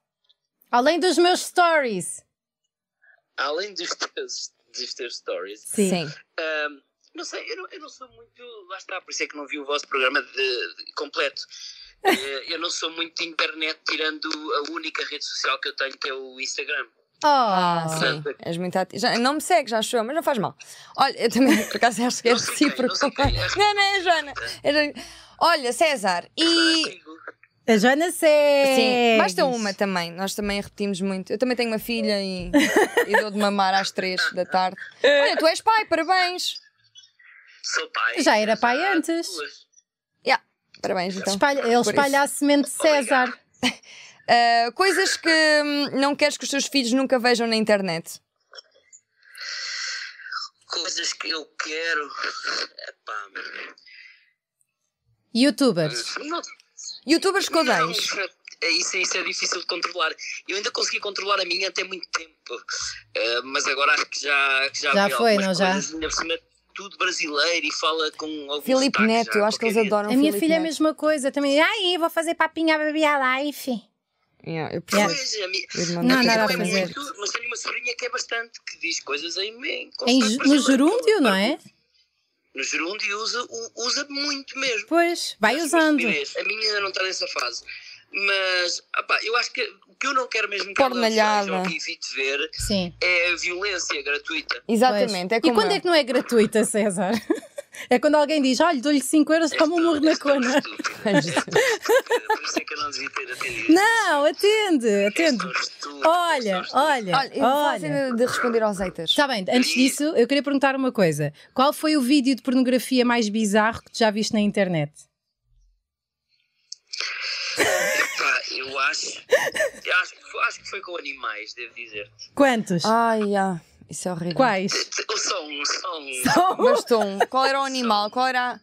S1: Além dos meus stories.
S5: Além dos teus, dos teus stories,
S1: Sim.
S5: ahm, não sei, eu não, eu não sou muito. Lá está, por isso é que não vi o vosso programa de- de- completo. Eh, eu não sou muito de internet, tirando a única rede social que eu tenho, que é o Instagram.
S1: Oh,
S2: Ah, sim. És muito ati- já Não me segue, já acho eu, mas não faz mal. Olha, eu também, por acaso, acho que é
S5: Não sei quem,
S2: recíproco.
S5: não sei quem é.
S2: Não, não, é a Joana. É a Joana. Olha, César,
S5: Agora
S2: e.
S5: sigo.
S1: a Joana C.
S2: Sim, basta uma também. Nós também repetimos muito. Eu também tenho uma filha e, e dou de mamar às três da tarde. Olha, tu és pai, parabéns.
S5: Sou pai.
S1: Já era pai
S5: Já há
S1: antes.
S5: duas.
S2: Parabéns, então.
S1: Espalha- ele
S2: por
S1: espalha a semente de César.
S2: Ah, coisas que hum, não queres que os teus filhos nunca vejam na internet.
S5: Coisas que eu quero. Epá,
S1: Youtubers.
S5: não
S2: Youtubers que
S5: Não,
S2: odeias.
S5: isso é- Isso, isso é difícil de controlar. Eu ainda consegui controlar a minha até muito tempo. Eh, mas agora acho que já que Já,
S1: Já
S5: vi
S1: foi,
S5: algumas
S1: não já?
S5: coisas, ainda por cima, tudo brasileiro e fala com algum
S2: Filipe
S5: sotaque
S2: Neto,
S5: já,
S2: eu acho que eles
S5: qualquer dia.
S2: adoram
S1: a minha
S2: Filipe
S1: filha é a
S2: Neto.
S1: mesma coisa também. Ai, vou fazer papinha a beber a life.
S2: Yeah, eu percebo.
S5: Pois, a minha-
S2: Eu demando
S1: Não,
S2: aqui
S1: nada a
S2: para
S5: tenho
S1: fazer.
S5: muito, mas tenho uma sobrinha que é bastante, que diz coisas em, em
S1: Em,
S5: constante
S1: Ju- no
S5: brasileiro.
S1: gerúndio, não é?
S5: No gerúndio usa, u- usa muito mesmo.
S1: Pois, vai
S5: Acho
S1: usando.
S5: uma estupidez. é, A minha ainda não está nessa fase. Mas, opá, eu acho que o que eu não quero mesmo que
S2: Pornalhada.
S5: elas vejam, que evite ver,
S1: Sim.
S5: é a violência gratuita.
S2: Exatamente,
S1: pois.
S2: é
S1: e
S2: como
S1: quando
S2: eu.
S1: é que não é gratuita, César? É quando alguém diz, olha, dou-lhe 5 euros, dá-me um murro na cona.
S5: Por isso é que eu não devia ter atendido.
S1: Não, atende, atende.
S5: Estou estúpido,
S1: Olha,
S5: estou
S1: olha,
S2: Olha, eu vou
S1: olha. Tá.
S2: fazer de responder aos haters.
S1: Está bem, antes disso, eu queria perguntar uma coisa. Qual foi o vídeo de pornografia mais bizarro que tu já viste na internet?
S5: estúpido. Pá, eu Eu acho, eu acho, que foi- acho que foi com animais, devo dizer.
S1: Quantos?
S2: Ai, ah, isso é horrível.
S1: Quais?
S5: Ou só um, só um.
S2: Bastou um. Qual era o animal? Qual era.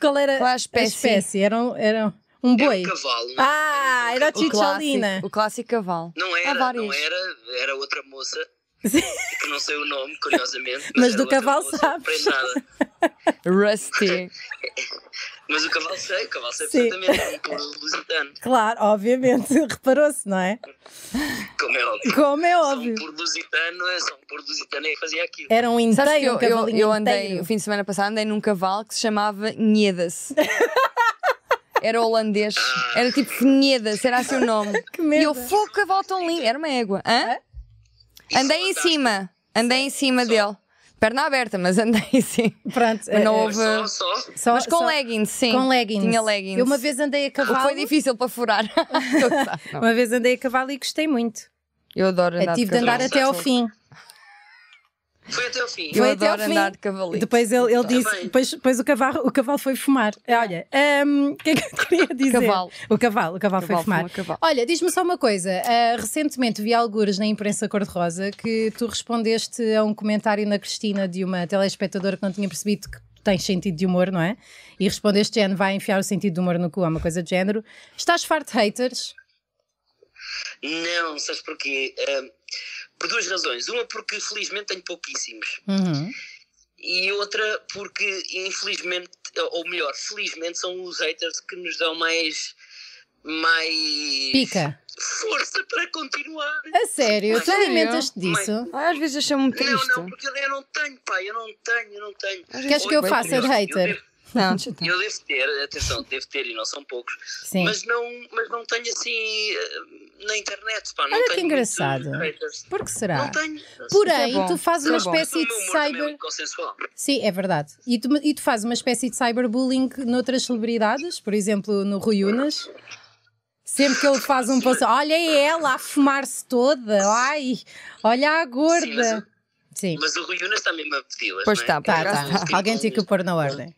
S1: Qual era
S2: Qual
S1: a espécie? Eram, eram um
S5: Era
S1: boi.
S5: um cavalo.
S1: Ah, era a
S2: O
S1: Chicholina.
S2: clássico, o clássico cavalo.
S5: Não
S2: Há
S5: era,
S2: vários.
S5: não era, era outra moça
S1: Sim.
S5: que não sei o nome, curiosamente.
S1: Mas
S5: era
S1: do
S5: outra
S1: cavalo
S5: moça,
S1: sabes.
S5: Para nada.
S2: Rusty.
S5: Mas o cavalo sei, o cavalo sei
S1: Sim.
S5: perfeitamente, era um puro lusitano,
S1: Claro, obviamente, reparou-se, não é?
S5: como é óbvio.
S1: Como é
S5: Só um
S1: óbvio.
S5: puro lusitano, é só um puro lusitano é que fazia aquilo.
S1: Era um
S2: Sabes que
S1: inteiro,
S2: eu,
S1: um
S2: eu-
S1: cavalinho
S2: eu andei,
S1: inteiro.
S2: o fim de semana passado, andei num cavalo que se chamava Nhedas. Era holandês, era tipo Nhedas, era assim o nome.
S1: Que
S2: E
S1: medo.
S2: eu fui o cavalo tão lindo, era uma égua. Hã?
S5: E
S2: Andei em
S5: só andaste-
S2: cima, andei em cima dele. Perna aberta, mas andei em cima.
S1: Pronto,
S2: Mas não
S1: eh,
S2: houve-
S5: Só, só.
S1: só-
S2: Mas com
S1: só-
S2: leggings, sim.
S1: com leggings.
S2: Tinha leggings.
S1: Eu uma vez andei a
S2: O que
S1: cavalo.
S2: foi difícil para furar. Eu sei, não.
S1: Uma vez andei a cavalo e gostei muito.
S2: Eu adoro andar
S1: Eu É, tive de
S2: cavalo.
S1: andar até ao fim.
S5: Foi até ao fim.
S2: Eu
S1: Foi até
S2: adoro
S1: ao fim.
S2: andar de cavalinho.
S1: Depois é ele, ele
S5: Tá
S1: disse,
S5: bem.
S1: depois, depois o, cavalo, o cavalo foi fumar. Eh, Olha, ahm, o que é que eu queria dizer?
S2: Cavalo.
S1: O cavalo, o cavalo, foi
S2: Cavalo
S1: fumar.
S2: fuma cavalo.
S1: Olha, diz-me só uma coisa. Ah, recentemente vi algures na imprensa cor-de-rosa que tu respondeste a um comentário na Cristina de uma telespectadora que não tinha percebido que tu tens sentido de humor, não é? E respondeste, Jen, vai enfiar o sentido de humor no cu, ou uma coisa de género. Estás farto de haters?
S5: Não, sabes porquê? Ahm, por duas razões. Uma, porque felizmente tenho pouquíssimos.
S1: Uhum.
S5: E outra, porque infelizmente, ou melhor, felizmente, são os haters que nos dão mais. mais.
S1: Pica.
S5: força para continuar.
S1: A sério, tu
S2: Sério?
S1: alimentas-te disso?
S2: Ai, às vezes achei-me
S5: Não,
S2: triste.
S5: não, porque eu não tenho, pai, eu não tenho, eu não tenho.
S1: Queres que eu
S5: Ou-
S1: faça de
S5: eu
S1: hater?
S5: devo-
S2: Não, deixa eu ter.
S5: Eu devo ter, atenção, devo ter e não são poucos,
S1: Sim.
S5: mas não, mas não tenho assim eh, na internet, pá, não
S1: Olha que
S5: tenho
S1: engraçado.
S5: muitos haters.
S1: Por que será?
S5: Não tenho.
S1: Porém,
S2: Isso é bom,
S1: tu fazes
S2: isso
S1: uma
S2: é bom.
S1: espécie
S5: O
S1: de
S5: meu humor também é
S1: cyber.
S5: muito consensual.
S1: Sim, é verdade. E tu, e tu fazes uma espécie de cyberbullying noutras celebridades, por exemplo, no Rui Unas. Sempre que ele faz um post, olha ela a fumar-se toda, ai, olha a
S5: Sim, mas
S1: gorda.
S5: o-
S1: Sim,
S5: Mas o Rui Unas está mesmo a pedi-las.
S2: Pois
S5: não é?
S2: está,
S1: tá,
S5: Eu
S1: tá.
S5: acho que
S1: Alguém
S5: com- um,
S1: tinha que o pôr na ordem.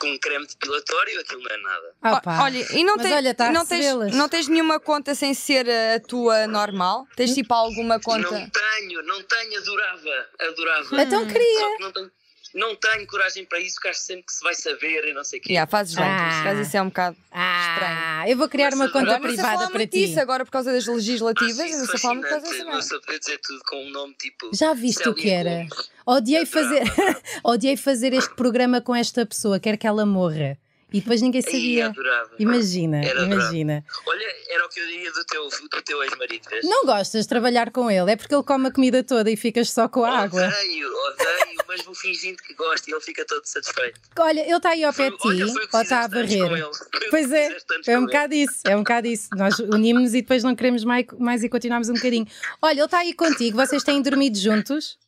S5: Com um creme depilatório, aquilo não é nada.
S1: Ah,
S2: Ó,
S1: pá.
S2: Olha, e não,
S1: Mas
S2: tens-
S1: olha, tá a
S2: e não tens,
S1: recebê-las.
S2: não tens nenhuma conta sem ser a tua normal? Tens tipo alguma
S5: Não
S2: conta?
S5: tenho, não tenho, adorava, adorava.
S2: hum,
S1: Então
S5: Só
S1: queria.
S5: que não tenho, não tenho coragem para isso, porque acho sempre que se vai saber e não sei o quê.
S2: Yeah, fazes bem,
S1: Ah.
S2: por acaso isso é um bocado.
S1: Ah, eu vou criar uma
S5: Mas
S1: conta
S2: Agora não sei falar
S1: privada
S2: muito
S1: para ti.
S2: disso agora por causa das legislativas,
S5: Acho
S2: não
S5: isso
S2: sei falar muito por causa
S5: fascinante,
S2: disso.
S5: não
S2: agora.
S5: sei poder dizer tudo com um nome tipo.
S1: Já viste o que
S5: Célia
S1: era?
S5: Gomes.
S1: Odiei fazer, odiei fazer este programa com esta pessoa, quero que ela morra. E depois ninguém
S5: Ih,
S1: sabia.
S5: adorava.
S1: Imagina,
S5: Era bravo.
S1: imagina.
S5: Olha, era o que eu diria do teu, do teu ex-marido. vês?
S1: Não gostas de trabalhar com ele, é porque ele come a comida toda e ficas só com a água.
S5: Odeio, odeio, mas vou fingindo que gosto e ele fica todo satisfeito.
S1: Olha, ele está aí ao pé de
S5: Olha,
S1: ti,
S5: foi o que
S1: ou está tá a
S5: fizeste antes com
S1: barrer.
S5: ele. Foi o que
S1: Pois é,
S5: fizeste antes
S1: é um
S5: com ele.
S1: bocado isso, é um bocado isso. Nós unimos-nos e depois não queremos mais, mais e continuamos um bocadinho. Olha, ele está aí contigo, vocês têm dormido juntos?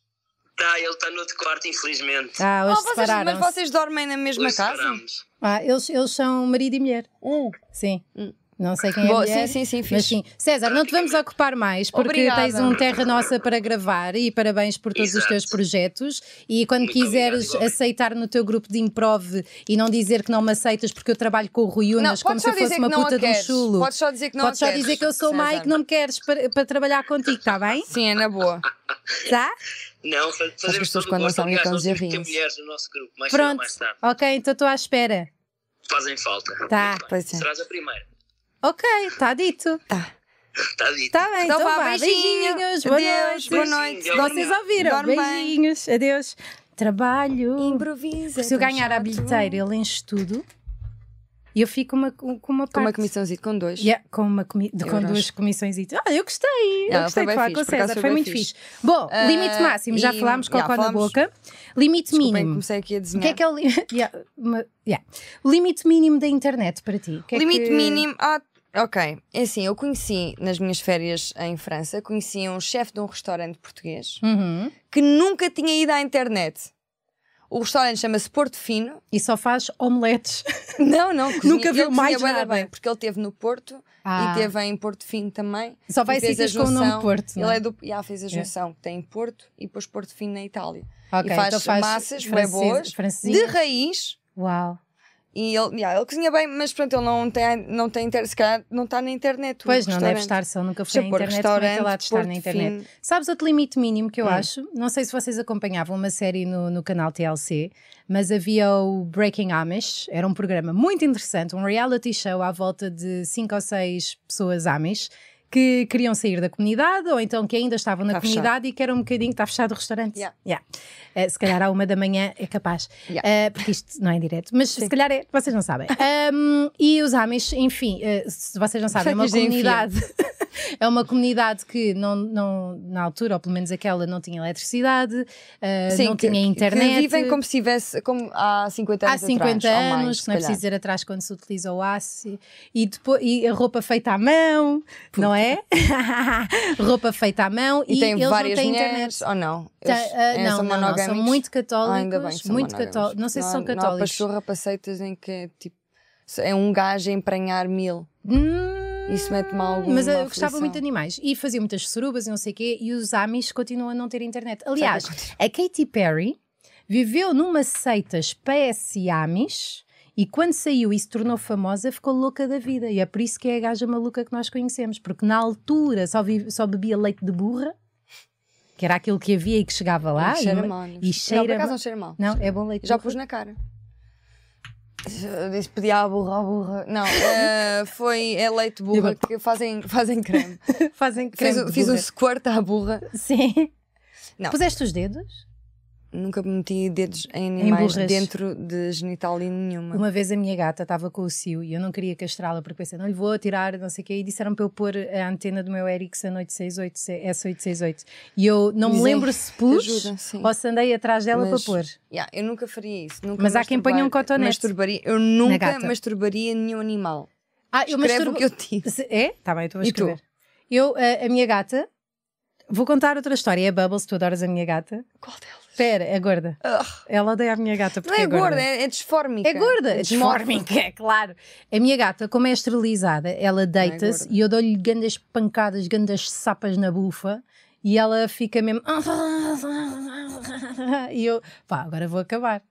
S5: Tá, ele está no outro quarto, infelizmente.
S1: Ah, hoje
S2: Oh, vocês- mas
S1: separaram-se.
S2: vocês dormem na mesma
S5: Hoje
S2: casa?
S5: separamos.
S1: Ah, eles, eles são marido e mulher. Sim. Não sei quem é
S2: Boa,
S1: a mulher.
S2: Hum. sim, sim, sim, fixe.
S1: Mas sim, César, não te vamos ocupar mais porque
S2: Obrigada.
S1: tens um Terra Nossa para gravar e parabéns por todos os
S5: Exato.
S1: teus projetos. E quando
S5: Muito
S1: quiseres
S5: obrigado, igualmente.
S1: aceitar no teu grupo de improv e não dizer que não me aceitas porque eu trabalho com o Rui Unas como
S2: podes
S1: se
S2: só
S1: eu fosse
S2: dizer que
S1: uma
S2: não a
S1: puta de um
S2: queres.
S1: chulo.
S2: Podes só dizer que não a
S1: Podes só
S2: queres,
S1: dizer que eu sou má e
S2: César.
S1: que não me queres para, para trabalhar contigo, está bem?
S2: Sim, é na boa.
S1: Tá?
S5: Não, fa- fazemos
S2: pessoas
S5: todo o
S2: quando não
S5: gosto.
S2: sabem o que
S5: Aliás,
S2: estão a dizer,
S5: nós temos que ter
S2: riem-se.
S5: mulheres no nosso grupo, mais cedo ou
S1: então Pronto.
S5: mais tarde.
S1: Ok, então estou à espera.
S5: Fazem falta.
S1: Tá,
S5: Muito bem.
S2: pois é.
S5: Serás a primeira.
S1: Ok, está dito.
S2: Tá.
S5: Está dito.
S1: Tá bem, então,
S2: Então vá,
S1: vá,
S2: beijinho.
S1: beijinhos, boa
S2: Adeus,
S1: noite.
S2: boa
S5: noite.
S1: Vocês ouviram?
S2: Dorme bem.
S1: beijinhos, adeus. Trabalho.
S2: Improvisa.
S1: Se eu ganhar a bilheteira, ele enche tudo e eu fico uma- com com uma parte.
S2: Com uma comissãozinha com dois.
S1: Yeah, com uma comi com
S2: Euros.
S1: duas comissões. e- Ah, eu gostei. eu
S2: Yeah,
S1: gostei
S2: foi
S1: de
S2: bem
S1: falar
S2: fixe,
S1: com o
S2: por acaso
S1: César,
S2: foi
S1: foi
S2: bem
S1: muito fixe.
S2: fixe.
S1: Bom,
S2: Ah,
S1: limite máximo, já
S2: e-
S1: falámos,
S2: yeah,
S1: cocó na
S2: falámos.
S1: boca. Limite
S2: Desculpem,
S1: mínimo.
S2: comecei aqui a
S1: O que é
S2: desenhar.
S1: que é o li- Yeah, uma- yeah. limite mínimo da internet para ti? O que é
S2: Limite
S1: que-
S2: mínimo. Ah, ok. É assim, eu conheci nas minhas férias em França, conheci um chefe de um restaurante português
S1: Uhum.
S2: que nunca tinha ido à internet. O restaurante chama-se Porto Fino.
S1: E só faz omeletes.
S2: Não, não, cozinha-
S1: Nunca viu
S2: ele cozinha
S1: mais
S2: bué da
S1: nada.
S2: bem, porque ele teve no Porto
S1: Ah.
S2: e teve em Porto Fino também.
S1: Só vai
S2: E fez a
S1: sítios com o nome
S2: junção.
S1: Porto. não
S2: Ele é do. Já fez a
S1: Yeah.
S2: junção, que tem Porto e depois Porto Fino na Itália.
S1: Ok, então
S2: e faz massas bem boas,
S1: francês-
S2: De
S1: francesinhas.
S2: raiz,
S1: Uau.
S2: E ele, yeah, ele cozinha bem, mas pronto, ele não tem, não tem inter... se calhar não está na internet. o
S1: Pois não deve
S2: restaurante.
S1: estar, se ele nunca foi
S2: Deixa
S1: à
S2: eu pôr
S1: internet, como é que ele há
S2: restaurante,
S1: de estar na
S2: Porto
S1: internet?
S2: Fino.
S1: Sabes outro limite mínimo que eu
S2: Hum.
S1: acho? Não sei se vocês acompanhavam uma série no, no canal TLC, mas havia o Breaking Amish, era um programa muito interessante, um reality show à volta de cinco ou seis pessoas Amish que queriam sair da comunidade ou então que ainda estavam na
S2: Está Tá fechado.
S1: comunidade e que era um bocadinho, está fechado o restaurante.
S2: Yeah.
S1: Yeah. Eh, se calhar à uma da manhã é capaz.
S2: Yeah.
S1: Eh, porque isto não é direto, mas se calhar é, vocês não sabem. Ahm, e os Amish, enfim, eh, se vocês não sabem, é uma
S2: Sacas de
S1: comunidade. É uma comunidade que não, não, na altura, ou pelo menos aquela, não tinha eletricidade, eh, não
S2: que-
S1: tinha
S2: que
S1: internet.
S2: vivem como se tivesse como há 50
S1: Há
S2: anos.
S1: 50
S2: atrás, ou mais,
S1: anos,
S2: se
S1: não é
S2: calhar.
S1: preciso dizer atrás quando se utiliza o aço e, depois, e a roupa feita à mão, não é? roupa feita à mão e,
S2: E tem
S1: eles
S2: várias
S1: não têm internet.
S2: mulheres ou não?
S1: Tá,
S2: Eles,
S1: ah,
S2: eh,
S1: não,
S2: são
S1: não, não, são
S2: monogâmicos?
S1: muito
S2: Ah,
S1: católicos,
S2: ainda bem que são
S1: muito
S2: monogâmicos.
S1: católicos. Não sei se
S2: há-
S1: são
S2: Não há
S1: católicos.
S2: pachorra para seitas em que é tipo. se É um gajo a emprenhar mil.
S1: Hum,
S2: Isso mete-me alguma
S1: Mas eu
S2: aflição.
S1: gostava muito de animais e fazia muitas sorubas e não sei o quê, e os Amis continuam a não ter internet. Aliás, a Katy Perry viveu numa seita espécie Amis. E quando saiu e se tornou famosa, ficou louca da vida. E é por isso que é a gaja maluca que nós conhecemos. Porque na altura só, vi- só bebia leite de burra, que era aquilo que havia e que chegava lá.
S2: E
S1: e-
S2: cheira mal. não.
S1: e cheira
S2: Não, por acaso
S1: mal.
S2: não cheira mal.
S1: Não, é bom leite
S2: Já
S1: de burra.
S2: pus na cara. Eu Disse pedir à burra, à burra. Não, eh, foi é leite de burra que fazem, fazem creme.
S1: Fazem
S2: Fiz,
S1: creme de
S2: fiz um
S1: burra.
S2: squirt à burra.
S1: Sim.
S2: Não.
S1: Puseste os dedos?
S2: Nunca meti dedos em animais
S1: burras.
S2: dentro de genital e nenhuma.
S1: Uma vez a minha gata estava com o Cio e eu não queria castrá-la porque pensei, não lhe vou tirar, não sei o quê, e disseram para eu pôr a antena do meu Ericsson 868, S868. E eu não me
S2: Dizem,
S1: lembro se pus
S2: ajuda, sim.
S1: ou se andei atrás dela
S2: Mas-
S1: para pôr.
S2: Yeah, eu nunca faria isso. Nunca
S1: Mas há quem
S2: masturbar-
S1: ponha um cotonete.
S2: Masturbaria. Eu
S1: Na
S2: nunca
S1: gata.
S2: masturbaria nenhum animal.
S1: Ah,
S2: Eu Escrevo o que eu tiro.
S1: Se- É? Tá bem, eu estou a
S2: E tu?
S1: escrever. Eu, a, a minha gata, vou contar outra história, é a Bubbles, tu adoras a minha gata.
S2: Qual delas?
S1: Espera, é gorda.
S2: Ugh.
S1: Ela odeia a minha gata
S2: Ah, Não
S1: porque
S2: é
S1: é
S2: gorda, é, é disfórmica.
S1: É gorda, é
S2: Desmorfa.
S1: desmórmica, claro. A minha gata, como é esterilizada, ela deita-se
S2: é gorda.
S1: e eu dou-lhe grandes pancadas, grandes sapas na bufa e ela fica mesmo. E eu, pá, agora vou acabar.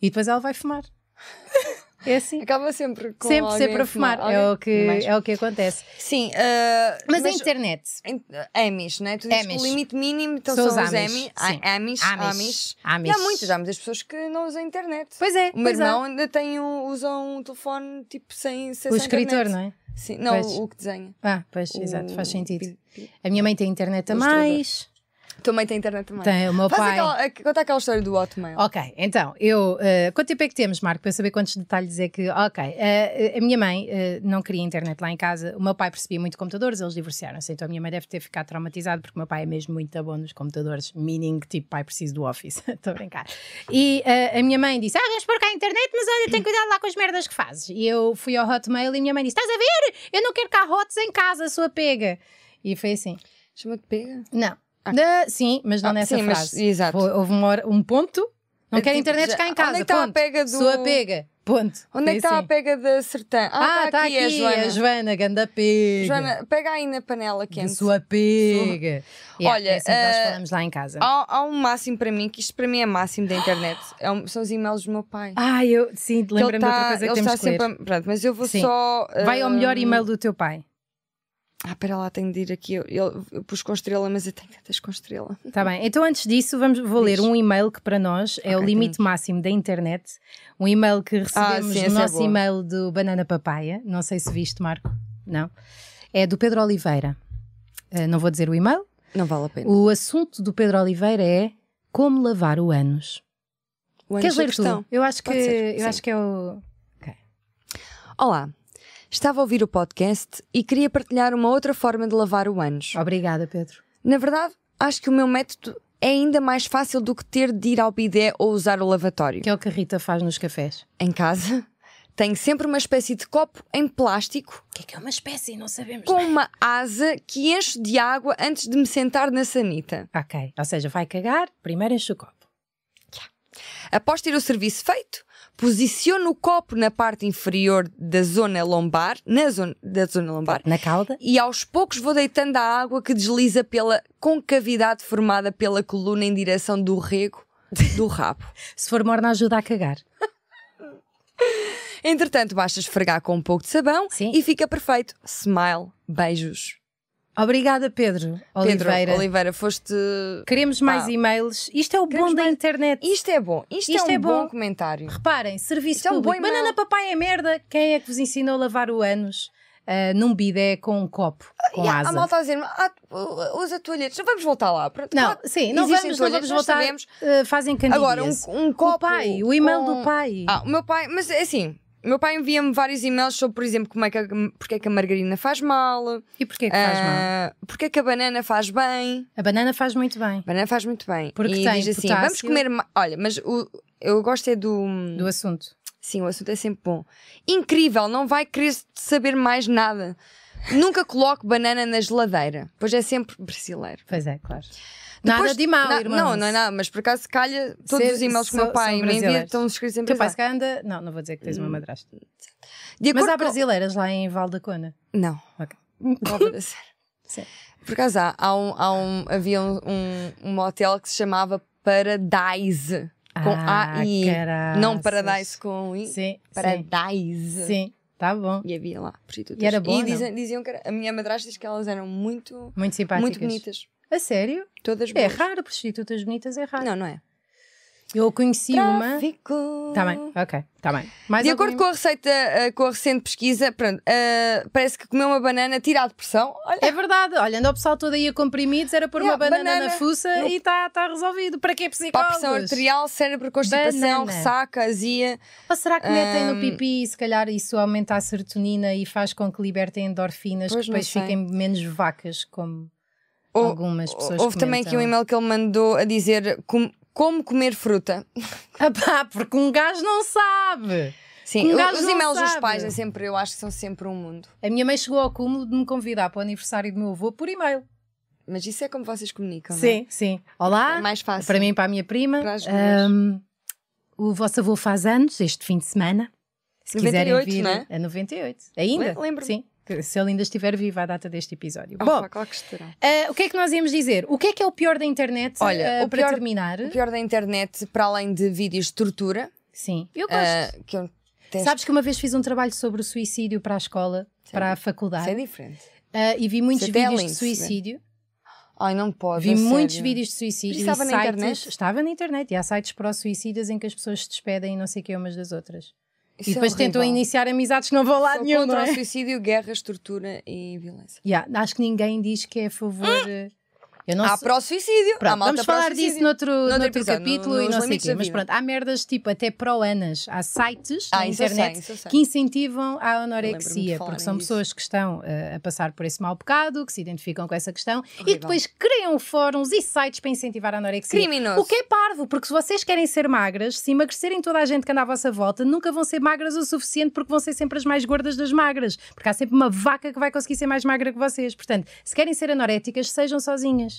S1: E depois ela vai fumar. É assim.
S2: Acaba sempre com
S1: Sempre,
S2: alguém
S1: sempre a fumar. É,
S2: Alguém-
S1: o que,
S2: Mas-
S1: é o que acontece.
S2: Sim, ah,
S1: Mas, a internet.
S2: em- Amis, né? Tu dizes que
S1: Amis.
S2: o limite mínimo então
S1: São
S2: são,
S1: os
S2: os
S1: Amis,
S2: Ami-
S1: sim.
S2: a- Amis. Amis. E
S1: Amis.
S2: há muitas, há muitas pessoas que não usam internet.
S1: Pois é,
S2: o meu
S1: pois é.
S2: irmão ainda tem um, usa um telefone tipo sem ser
S1: O escritor, não é?
S2: Sim, não,
S1: Pois.
S2: o que desenha.
S1: Ah, pois, exato,
S2: O-
S1: faz sentido.
S2: pi- pi-
S1: A minha mãe tem internet a
S2: Ilustrador.
S1: mais.
S2: Também tem internet também.
S1: Tem o meu
S2: Faz
S1: pai.
S2: aquela, a- conta aquela história do Hotmail.
S1: Ok, então, eu. eh, quanto tempo é que temos, Marco, para eu saber quantos detalhes é que. Ok, eh, a minha mãe eh, não queria internet lá em casa. O meu pai percebia muito computadores, eles divorciaram-se. Então a minha mãe deve ter ficado traumatizada, porque o meu pai é mesmo muito bom nos computadores, meaning tipo, pai, preciso do Office. Estou a brincar. E eh, a minha mãe disse: Ah, vamos pôr cá a internet, mas olha, tem cuidado lá com as merdas que fazes. E eu fui ao Hotmail e a minha mãe disse: Estás a ver? Eu não quero carrotes em casa, sua pega. E foi assim.
S2: Chama-te pega.
S1: Não.
S2: Ah.
S1: Da- sim, mas não
S2: Ah,
S1: nessa
S2: sim, mas-
S1: frase.
S2: exato.
S1: Hou- Houve uma hora- um ponto. Não
S2: É
S1: quero
S2: tipo,
S1: internet
S2: já-
S1: cá em
S2: onde
S1: casa.
S2: é que está a
S1: ponto.
S2: pega do-
S1: Sua pega. Ponto.
S2: Onde é que
S1: Foi
S2: está a
S1: assim.
S2: pega da Sertã?
S1: Ah,
S2: Ah,
S1: está
S2: está
S1: aqui,
S2: a Joana.
S1: a Joana, ganda pega.
S2: Joana, pega aí na panela
S1: Que
S2: quente.
S1: sua pega. Yeah,
S2: Olha,
S1: é assim que nós
S2: eh,
S1: falamos lá em casa.
S2: Há, há um máximo para mim, que isto para mim é máximo da internet. É um- são os e-mails do meu pai.
S1: Ai, eu sim,
S2: Que ele
S1: lembra-me de outra
S2: tá-
S1: coisa que
S2: ele
S1: temos
S2: está
S1: que ler.
S2: sempre a- Pronto, mas eu vou
S1: Sim.
S2: só.
S1: Vai ao
S2: ah,
S1: melhor e-mail do teu pai.
S2: Ah, pera lá, tenho de ir aqui. Eu, eu, eu pus com estrela, mas eu tenho tantas com estrela.
S1: Tá bem. Então, antes disso, vamos, vou ler
S2: Diz.
S1: um e-mail que para nós é o
S2: Ok,
S1: limite máximo da internet. Um e-mail que recebemos
S2: sim,
S1: no
S2: essa é
S1: nosso
S2: boa.
S1: e-mail do Banana Papaya. Não sei se viste, Marco. Não. É do Pedro Oliveira. Eh, não vou dizer o e-mail.
S2: Não vale a pena.
S1: O assunto do Pedro Oliveira é como lavar o ânus.
S2: O
S1: Queres
S2: Anjo da
S1: ler
S2: Questão.
S1: tudo? Eu acho que,
S2: Pode ser,
S1: eu
S2: sim.
S1: acho que é o.
S2: Olá. Estava a ouvir o podcast e queria partilhar uma outra forma de lavar o ânus.
S1: Obrigada, Pedro.
S2: Na verdade, acho que o meu método é ainda mais fácil do que ter de ir ao bidé ou usar o lavatório.
S1: Que é o que a Rita faz nos cafés.
S2: Em casa, tenho sempre uma espécie de copo em plástico
S1: O que é que é uma espécie? Não sabemos.
S2: com uma asa que encho de água antes de me sentar na sanita.
S1: Ok. Ou seja, vai cagar, primeiro enche o copo.
S2: Após ter o serviço feito, posiciono o copo na parte inferior da zona lombar, na zona da zona lombar,
S1: Na calda.
S2: e aos poucos vou deitando a água que desliza pela concavidade formada pela coluna em direção do rego do rabo.
S1: Se for morna, ajuda a cagar.
S2: Entretanto, basta esfregar com um pouco de sabão
S1: Sim.
S2: e fica perfeito. Smile, beijos.
S1: Obrigada, Pedro Oliveira.
S2: Pedro Oliveira, foste.
S1: Queremos mais
S2: Pá.
S1: e-mails. Isto é o
S2: Queremos
S1: bom da
S2: mais-
S1: internet.
S2: Isto é bom, isto,
S1: Isto
S2: é um
S1: é
S2: bom,
S1: bom.
S2: comentário.
S1: Reparem, serviço
S2: Isto é um bom
S1: público.
S2: e-mail.
S1: Banana papai é merda. Quem é que vos ensinou a lavar o ânus ah, num bidé com um copo, com
S2: Ah, E há-
S1: asa?
S2: Há malta a dizer-me, ah, usa toalhetes, não vamos voltar lá. Pronto,
S1: Não,
S2: claro.
S1: sim, não
S2: Existem
S1: vamos, não
S2: toalhetes,
S1: vamos
S2: nós
S1: voltar.
S2: sabemos.
S1: ah, fazem candidias.
S2: Agora, um, um copo.
S1: o pai, o e-mail
S2: com-
S1: do pai.
S2: Ah, o meu pai, mas assim, o meu pai envia-me vários e-mails sobre, por exemplo, como é que a, porque é que a margarina faz mal,
S1: E porquê que faz mal?
S2: ah, porque é que a banana faz bem.
S1: A banana faz muito bem
S2: A banana faz muito bem.
S1: Porque
S2: e
S1: tem
S2: diz assim:
S1: potássio.
S2: vamos comer. ma- Olha, mas o, eu gosto é do.
S1: do assunto.
S2: Sim, o assunto é sempre bom. Incrível, não vai querer saber mais nada. Nunca coloque banana na geladeira, pois é sempre brasileiro.
S1: Pois é, claro.
S2: Depois-
S1: nada de mal,
S2: na-
S1: irmãos.
S2: Não, não é nada, mas por acaso calha todos
S1: Ser-
S2: os e-mails que o
S1: são-
S2: meu pai
S1: são
S2: me envia
S1: brasileiros.
S2: estão escritos em
S1: Teu pai se
S2: brasileiro.
S1: calhar anda. Não, não vou dizer que
S2: Hum.
S1: tens uma madrasta.
S2: De
S1: Mas
S2: acordo
S1: há
S2: com-
S1: brasileiras lá em Val da Cona.
S2: Não.
S1: Ok.
S2: Não vou dizer.
S1: Sim.
S2: Por acaso há, há um, há um- havia um, um, um hotel que se chamava Paradise. Com
S1: Ah,
S2: A e I.
S1: caraças.
S2: não Paradise com I.
S1: Sim, sim.
S2: Paradise.
S1: Sim, tá bom.
S2: E havia lá prostitutas.
S1: E era bom,
S2: E
S1: não?
S2: diziam, diziam que era- a minha madrasta diz que elas eram muito,
S1: Muito simpáticas.
S2: muito bonitas.
S1: A sério?
S2: Todas
S1: É
S2: boas.
S1: raro, prostitutas bonitas é raro.
S2: Não, não é?
S1: Eu conheci uma.
S2: Tráfico.
S1: Tá bem, ok, tá bem. Mais
S2: De
S1: algum
S2: acordo com a receita, eh, com a recente pesquisa, pronto, eh, parece que comer uma banana tira a depressão. Olha,
S1: É verdade, olha, anda o pessoal todo aí a comprimidos, era pôr
S2: Yeah,
S1: uma banana,
S2: banana.
S1: na fuça e está tá resolvido. Para quê
S2: para a
S1: psicólogos?
S2: pressão arterial, cérebro, constipação,
S1: Banana.
S2: ressaca, azia.
S1: Ou será que metem
S2: Hum.
S1: no pipi e se calhar isso aumenta a serotonina e faz com que libertem endorfinas
S2: Pois,
S1: que depois
S2: não sei.
S1: fiquem menos vacas, como
S2: Ou-
S1: algumas pessoas
S2: Houve também aqui um
S1: comentam.
S2: e-mail que ele mandou a dizer com- como comer fruta.
S1: Ah pá, porque um gajo não sabe.
S2: Sim,
S1: Um
S2: o-
S1: gajo
S2: os
S1: não
S2: e-mails dos
S1: sabe.
S2: pais é sempre, eu acho que são sempre um mundo.
S1: A minha mãe chegou ao cúmulo de me convidar para o aniversário do meu avô por e-mail.
S2: Mas isso é como vocês comunicam. não é?
S1: Sim, sim. Olá,
S2: É mais fácil.
S1: para mim e para a minha prima.
S2: Para as duas.
S1: ahm, o vosso avô faz anos este fim de semana. Se quiserem
S2: 98,
S1: vir
S2: não é?
S1: a 98. Ainda?
S2: Le- lembro-me.
S1: Sim. que- Se ele ainda estiver vivo à data deste episódio.
S2: Oh,
S1: Bom,
S2: pá, claro que estará.
S1: ah, o que é que nós íamos dizer? O que é que é o pior da internet?
S2: Olha,
S1: ah,
S2: o
S1: para
S2: pior-
S1: terminar.
S2: O pior da internet, para além de vídeos de tortura,
S1: Sim. Eu gosto.
S2: ah, que eu detesto,
S1: Sabes que uma vez fiz um trabalho sobre o suicídio para a escola, para a
S2: isso
S1: faculdade,
S2: é diferente.
S1: ah, e vi muitos
S2: Isso até é
S1: vídeos de
S2: lindo de se ver.
S1: suicídio.
S2: Ai, não pode.
S1: Vi
S2: a
S1: muitos
S2: sério.
S1: vídeos de suicídio.
S2: Mas estava
S1: e
S2: na
S1: sites,
S2: internet?
S1: Estava na internet. E há sites pró-suicidas em que as pessoas se despedem e não sei o que umas das outras.
S2: Isso
S1: e
S2: é
S1: depois tentam
S2: horrível.
S1: iniciar amizades que não vão lá
S2: Sou
S1: nenhum, não
S2: contra o
S1: é?
S2: suicídio, guerras, tortura e violência.
S1: Yeah, acho que ninguém diz que é a favor. eh, Eu não
S2: Há
S1: sei-
S2: pró-suicídio, há
S1: Pronto,
S2: Ah, malta
S1: vamos falar
S2: pró-suicídio.
S1: disso noutro,
S2: Noutro
S1: noutro
S2: episódio, no-
S1: capítulo e
S2: nos
S1: não sei o
S2: limites
S1: quê.
S2: da
S1: Mas
S2: vida.
S1: pronto, há merdas tipo até pró-anas. Há sites
S2: Ah,
S1: na
S2: isso eu sei,
S1: internet
S2: isso eu sei.
S1: que incentivam a
S2: Eu lembro-me de
S1: anorexia,
S2: falarem
S1: porque são
S2: disso.
S1: pessoas que estão eh, a passar por esse mau bocado, que se identificam com essa questão
S2: Horrível.
S1: e depois criam fóruns e sites para incentivar a anorexia.
S2: Criminoso.
S1: O que é parvo, porque se vocês querem ser magras, se emagrecerem toda a gente que anda à vossa volta, nunca vão ser magras o suficiente porque vão ser sempre as mais gordas das magras. Porque há sempre uma vaca que vai conseguir ser mais magra que vocês. Portanto, se querem ser anoréticas, sejam sozinhas.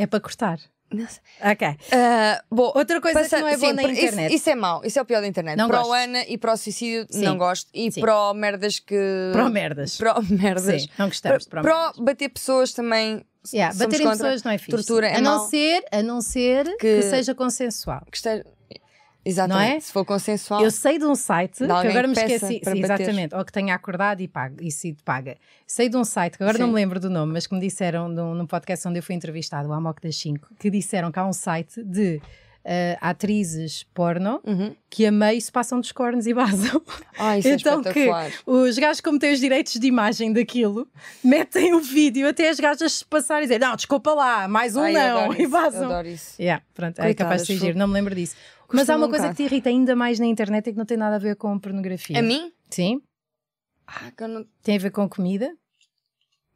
S1: É para cortar.
S2: Não sei.
S1: Ok.
S2: Ah, bom,
S1: Outra coisa
S2: passa-
S1: que não é boa
S2: sim,
S1: na
S2: por- isso-
S1: internet.
S2: Isso, é mau, isso é o pior da internet.
S1: Não
S2: pro
S1: gosto.
S2: Ana e pro suicídio,
S1: Sim.
S2: não gosto. E
S1: Sim.
S2: pro merdas que.
S1: Pro é merdas.
S2: Pro merdas.
S1: Sim, não gostamos de
S2: Pro,
S1: pro merdas.
S2: bater pessoas também.
S1: Yeah,
S2: somos
S1: bater em
S2: contra.
S1: pessoas não é fixe.
S2: Tortura é
S1: a não
S2: mau.
S1: ser, a não ser que,
S2: Que-
S1: seja consensual.
S2: Que esteja- Exatamente.
S1: Não é?
S2: Se for consensual.
S1: Eu sei de um site
S2: Oh. De
S1: que
S2: alguém
S1: agora me
S2: que peça
S1: esqueci.
S2: para
S1: Sim,
S2: bater.
S1: exatamente. Ou que tenha acordado e, paga, e se paga. Sei de um site que agora não
S2: Sim.
S1: me lembro do nome, mas que me disseram num, num podcast onde eu fui entrevistado, o Amok das 5, que disseram que há um site de eh, atrizes porno
S2: Uhum.
S1: que a meio se passam dos cornos e vazam.
S2: Ai, isso
S1: então
S2: é
S1: que
S2: espetacular.
S1: os gajos, como têm os direitos de imagem daquilo, metem o vídeo até as gajas se passarem e dizem: Não, desculpa lá, mais um
S2: Ai, eu
S1: não,
S2: adoro
S1: e
S2: isso, eu
S1: vazam.
S2: adoro isso.
S1: Yeah, pronto, é
S2: Coitadas,
S1: capaz de
S2: fogo.
S1: fingir, não me lembro disso. Mas há
S2: Custa-me
S1: uma
S2: um
S1: coisa que te irrita ainda mais na internet e que não tem nada a ver com pornografia.
S2: A mim?
S1: Sim,
S2: Ah, que eu não-
S1: tem a ver com comida.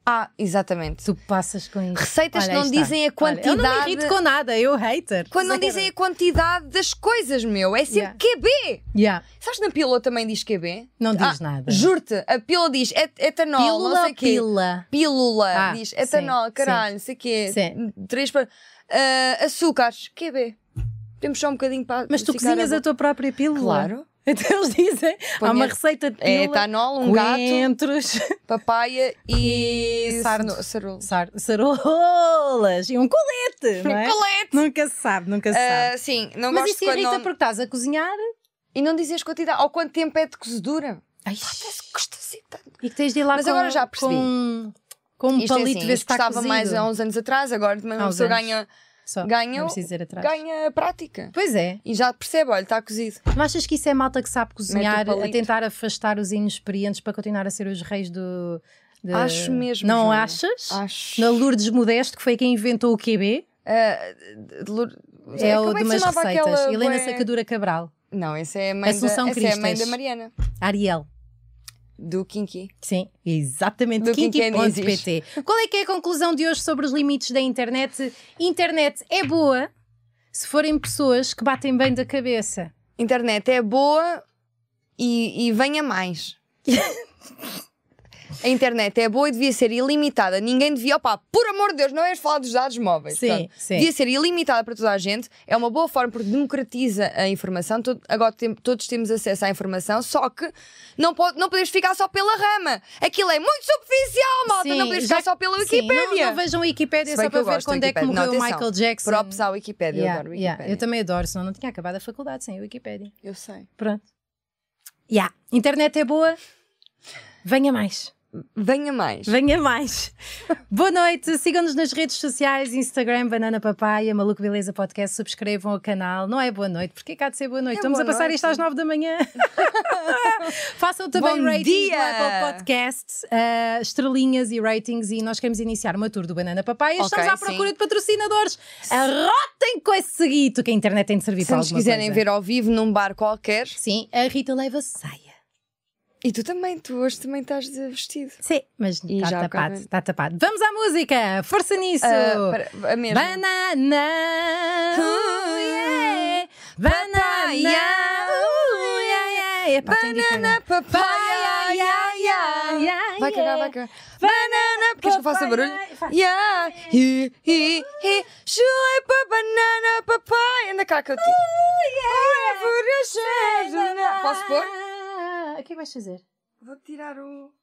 S2: Ah, exatamente.
S1: Tu passas com isso.
S2: Receitas que
S1: Olha,
S2: não
S1: aí está.
S2: dizem a
S1: Olha, eu
S2: quantidade.
S1: não me irrito com nada, eu hater.
S2: Quando não
S1: Zero.
S2: dizem a quantidade das coisas, meu. É sempre
S1: Yeah.
S2: QB.
S1: Yeah,
S2: Sabes que na pílula também diz QB?
S1: não diz
S2: Ah,
S1: nada.
S2: Juro-te, a pílula diz et- etanol, não
S1: Pílula,
S2: sei o quê.
S1: pila.
S2: Pílula,
S1: Ah,
S2: diz
S1: sim,
S2: etanol,
S1: sim.
S2: caralho, não sei o quê.
S1: Sim.
S2: Três para... Ah, açúcares, QB. Temos só um bocadinho para.
S1: Mas tu
S2: ficar
S1: cozinhas a
S2: boca-
S1: tua própria pílula.
S2: Claro.
S1: Então eles dizem, há uma
S2: Ponha-
S1: receita de
S2: É
S1: pílula.
S2: etanol, um gato,
S1: coentros,
S2: papaya e.
S1: E sardo.
S2: ceno- Sarolo.
S1: sar- sarolas e um colete, não é?
S2: Colete!
S1: Nunca se sabe, nunca se sabe.
S2: Ah, sim, não
S1: Mas
S2: gosto
S1: isso é
S2: quando
S1: irrita
S2: não-
S1: porque estás a cozinhar
S2: E não dizes quantidade, ou quanto tempo é de cozedura.
S1: Ai,
S2: Parece que custa assim tanto.
S1: e que tens de ir lá
S2: Mas
S1: com,
S2: agora já percebi.
S1: com, com um
S2: Isto é
S1: palito
S2: assim,
S1: ver se
S2: isto
S1: está
S2: custava
S1: cozido.
S2: mais há uns anos atrás, agora também
S1: Há
S2: uma
S1: uns
S2: pessoa
S1: anos.
S2: ganha,
S1: Só,
S2: ganha-
S1: não preciso dizer atrás.
S2: ganha prática.
S1: Pois é.
S2: E já percebe, olha, está cozido.
S1: Não achas que isso é malta que sabe cozinhar
S2: palito.
S1: a tentar afastar os inexperientes para continuar a ser os reis do. de-
S2: Acho mesmo,
S1: Não
S2: Joana.
S1: achas?
S2: Acho.
S1: Na Lourdes Modesto, que foi quem inventou o QB,
S2: Ah, de- de Lour-
S1: é, o
S2: como
S1: de
S2: que se
S1: umas
S2: chamava
S1: receitas.
S2: aquela
S1: Helena
S2: bué-
S1: Sacadura Cabral,
S2: Não, essa é a mãe, da,
S1: Assunção
S2: essa é a mãe
S1: Cristas.
S2: da Mariana,
S1: Ariel.
S2: do Kinky.
S1: Sim, exatamente.
S2: Do Quinquenizes.
S1: Kinky.pt. Qual é que é a conclusão de hoje sobre os limites da internet? Internet é boa se forem pessoas que batem bem da cabeça.
S2: Internet é boa e, e venha mais. A internet é boa e devia ser ilimitada. Ninguém devia, opá, por amor de Deus, não és falar dos dados móveis.
S1: Sim,
S2: Pronto.
S1: sim.
S2: Devia ser ilimitada para toda a gente. É uma boa forma porque democratiza a informação. Todo- agora tem- todos temos acesso à informação, só que não, pode, não podemos ficar só pela rama. Aquilo é muito superficial, malta.
S1: Sim,
S2: não podemos
S1: já-
S2: ficar só pela
S1: Sim,
S2: Wikipédia.
S1: não, não vejam a Wikipédia
S2: Se
S1: só
S2: bem que
S1: para
S2: eu
S1: ver
S2: gosto da
S1: quando é que
S2: Wikipédia.
S1: morreu
S2: Não,
S1: o
S2: atenção.
S1: Michael Jackson.
S2: Props à Wikipédia.
S1: Yeah,
S2: eu adoro
S1: yeah,
S2: Wikipédia.
S1: eu também adoro, senão não tinha acabado a faculdade sem a Wikipédia.
S2: eu sei.
S1: Pronto. Yeah. Internet é boa. Venha mais.
S2: Venha mais.
S1: Venha mais. boa noite. Sigam-nos nas redes sociais: Instagram, Banana Papaya, Maluco Beleza Podcast. Subscrevam o canal. Não é boa noite, porque cá de ser boa noite.
S2: É
S1: Estamos
S2: boa
S1: a passar
S2: noite.
S1: isto às nove da manhã. Façam também
S2: Bom
S1: ratings
S2: dia.
S1: no Apple Podcasts, ah, estrelinhas e ratings. E nós queremos iniciar uma tour do Banana Papaya.
S2: Ok,
S1: Estamos à
S2: sim.
S1: procura de patrocinadores. Arrotem com esse seguito que a internet tem de servir
S2: Se
S1: para
S2: nos
S1: alguma
S2: quiserem
S1: coisa.
S2: ver ao vivo num bar qualquer.
S1: Sim, a Rita leva saia.
S2: E tu também, tu hoje também estás de vestido.
S1: Sim, mas
S2: E
S1: está
S2: já
S1: tapado,
S2: acabei.
S1: está tapado. Vamos à música! Força nisso!
S2: Ah, para- a mesma.
S1: Banana!
S2: Oh,
S1: Uh, yeah. Banana!
S2: Papaya.
S1: Uh, yeah, yeah. Epá, tenho que
S2: Banana
S1: parar.
S2: papaya, ya,
S1: Ya,
S2: ya.
S1: ya,
S2: Vai cagar,
S1: ya.
S2: vai cagar. Banana, queres que eu faça barulho? Ya, hi, hi, hi. Chulepa, banana, papaya. Anda cá que eu te. Forever you share. Posso pôr?
S1: O que é que vais fazer?
S2: Vou tirar o.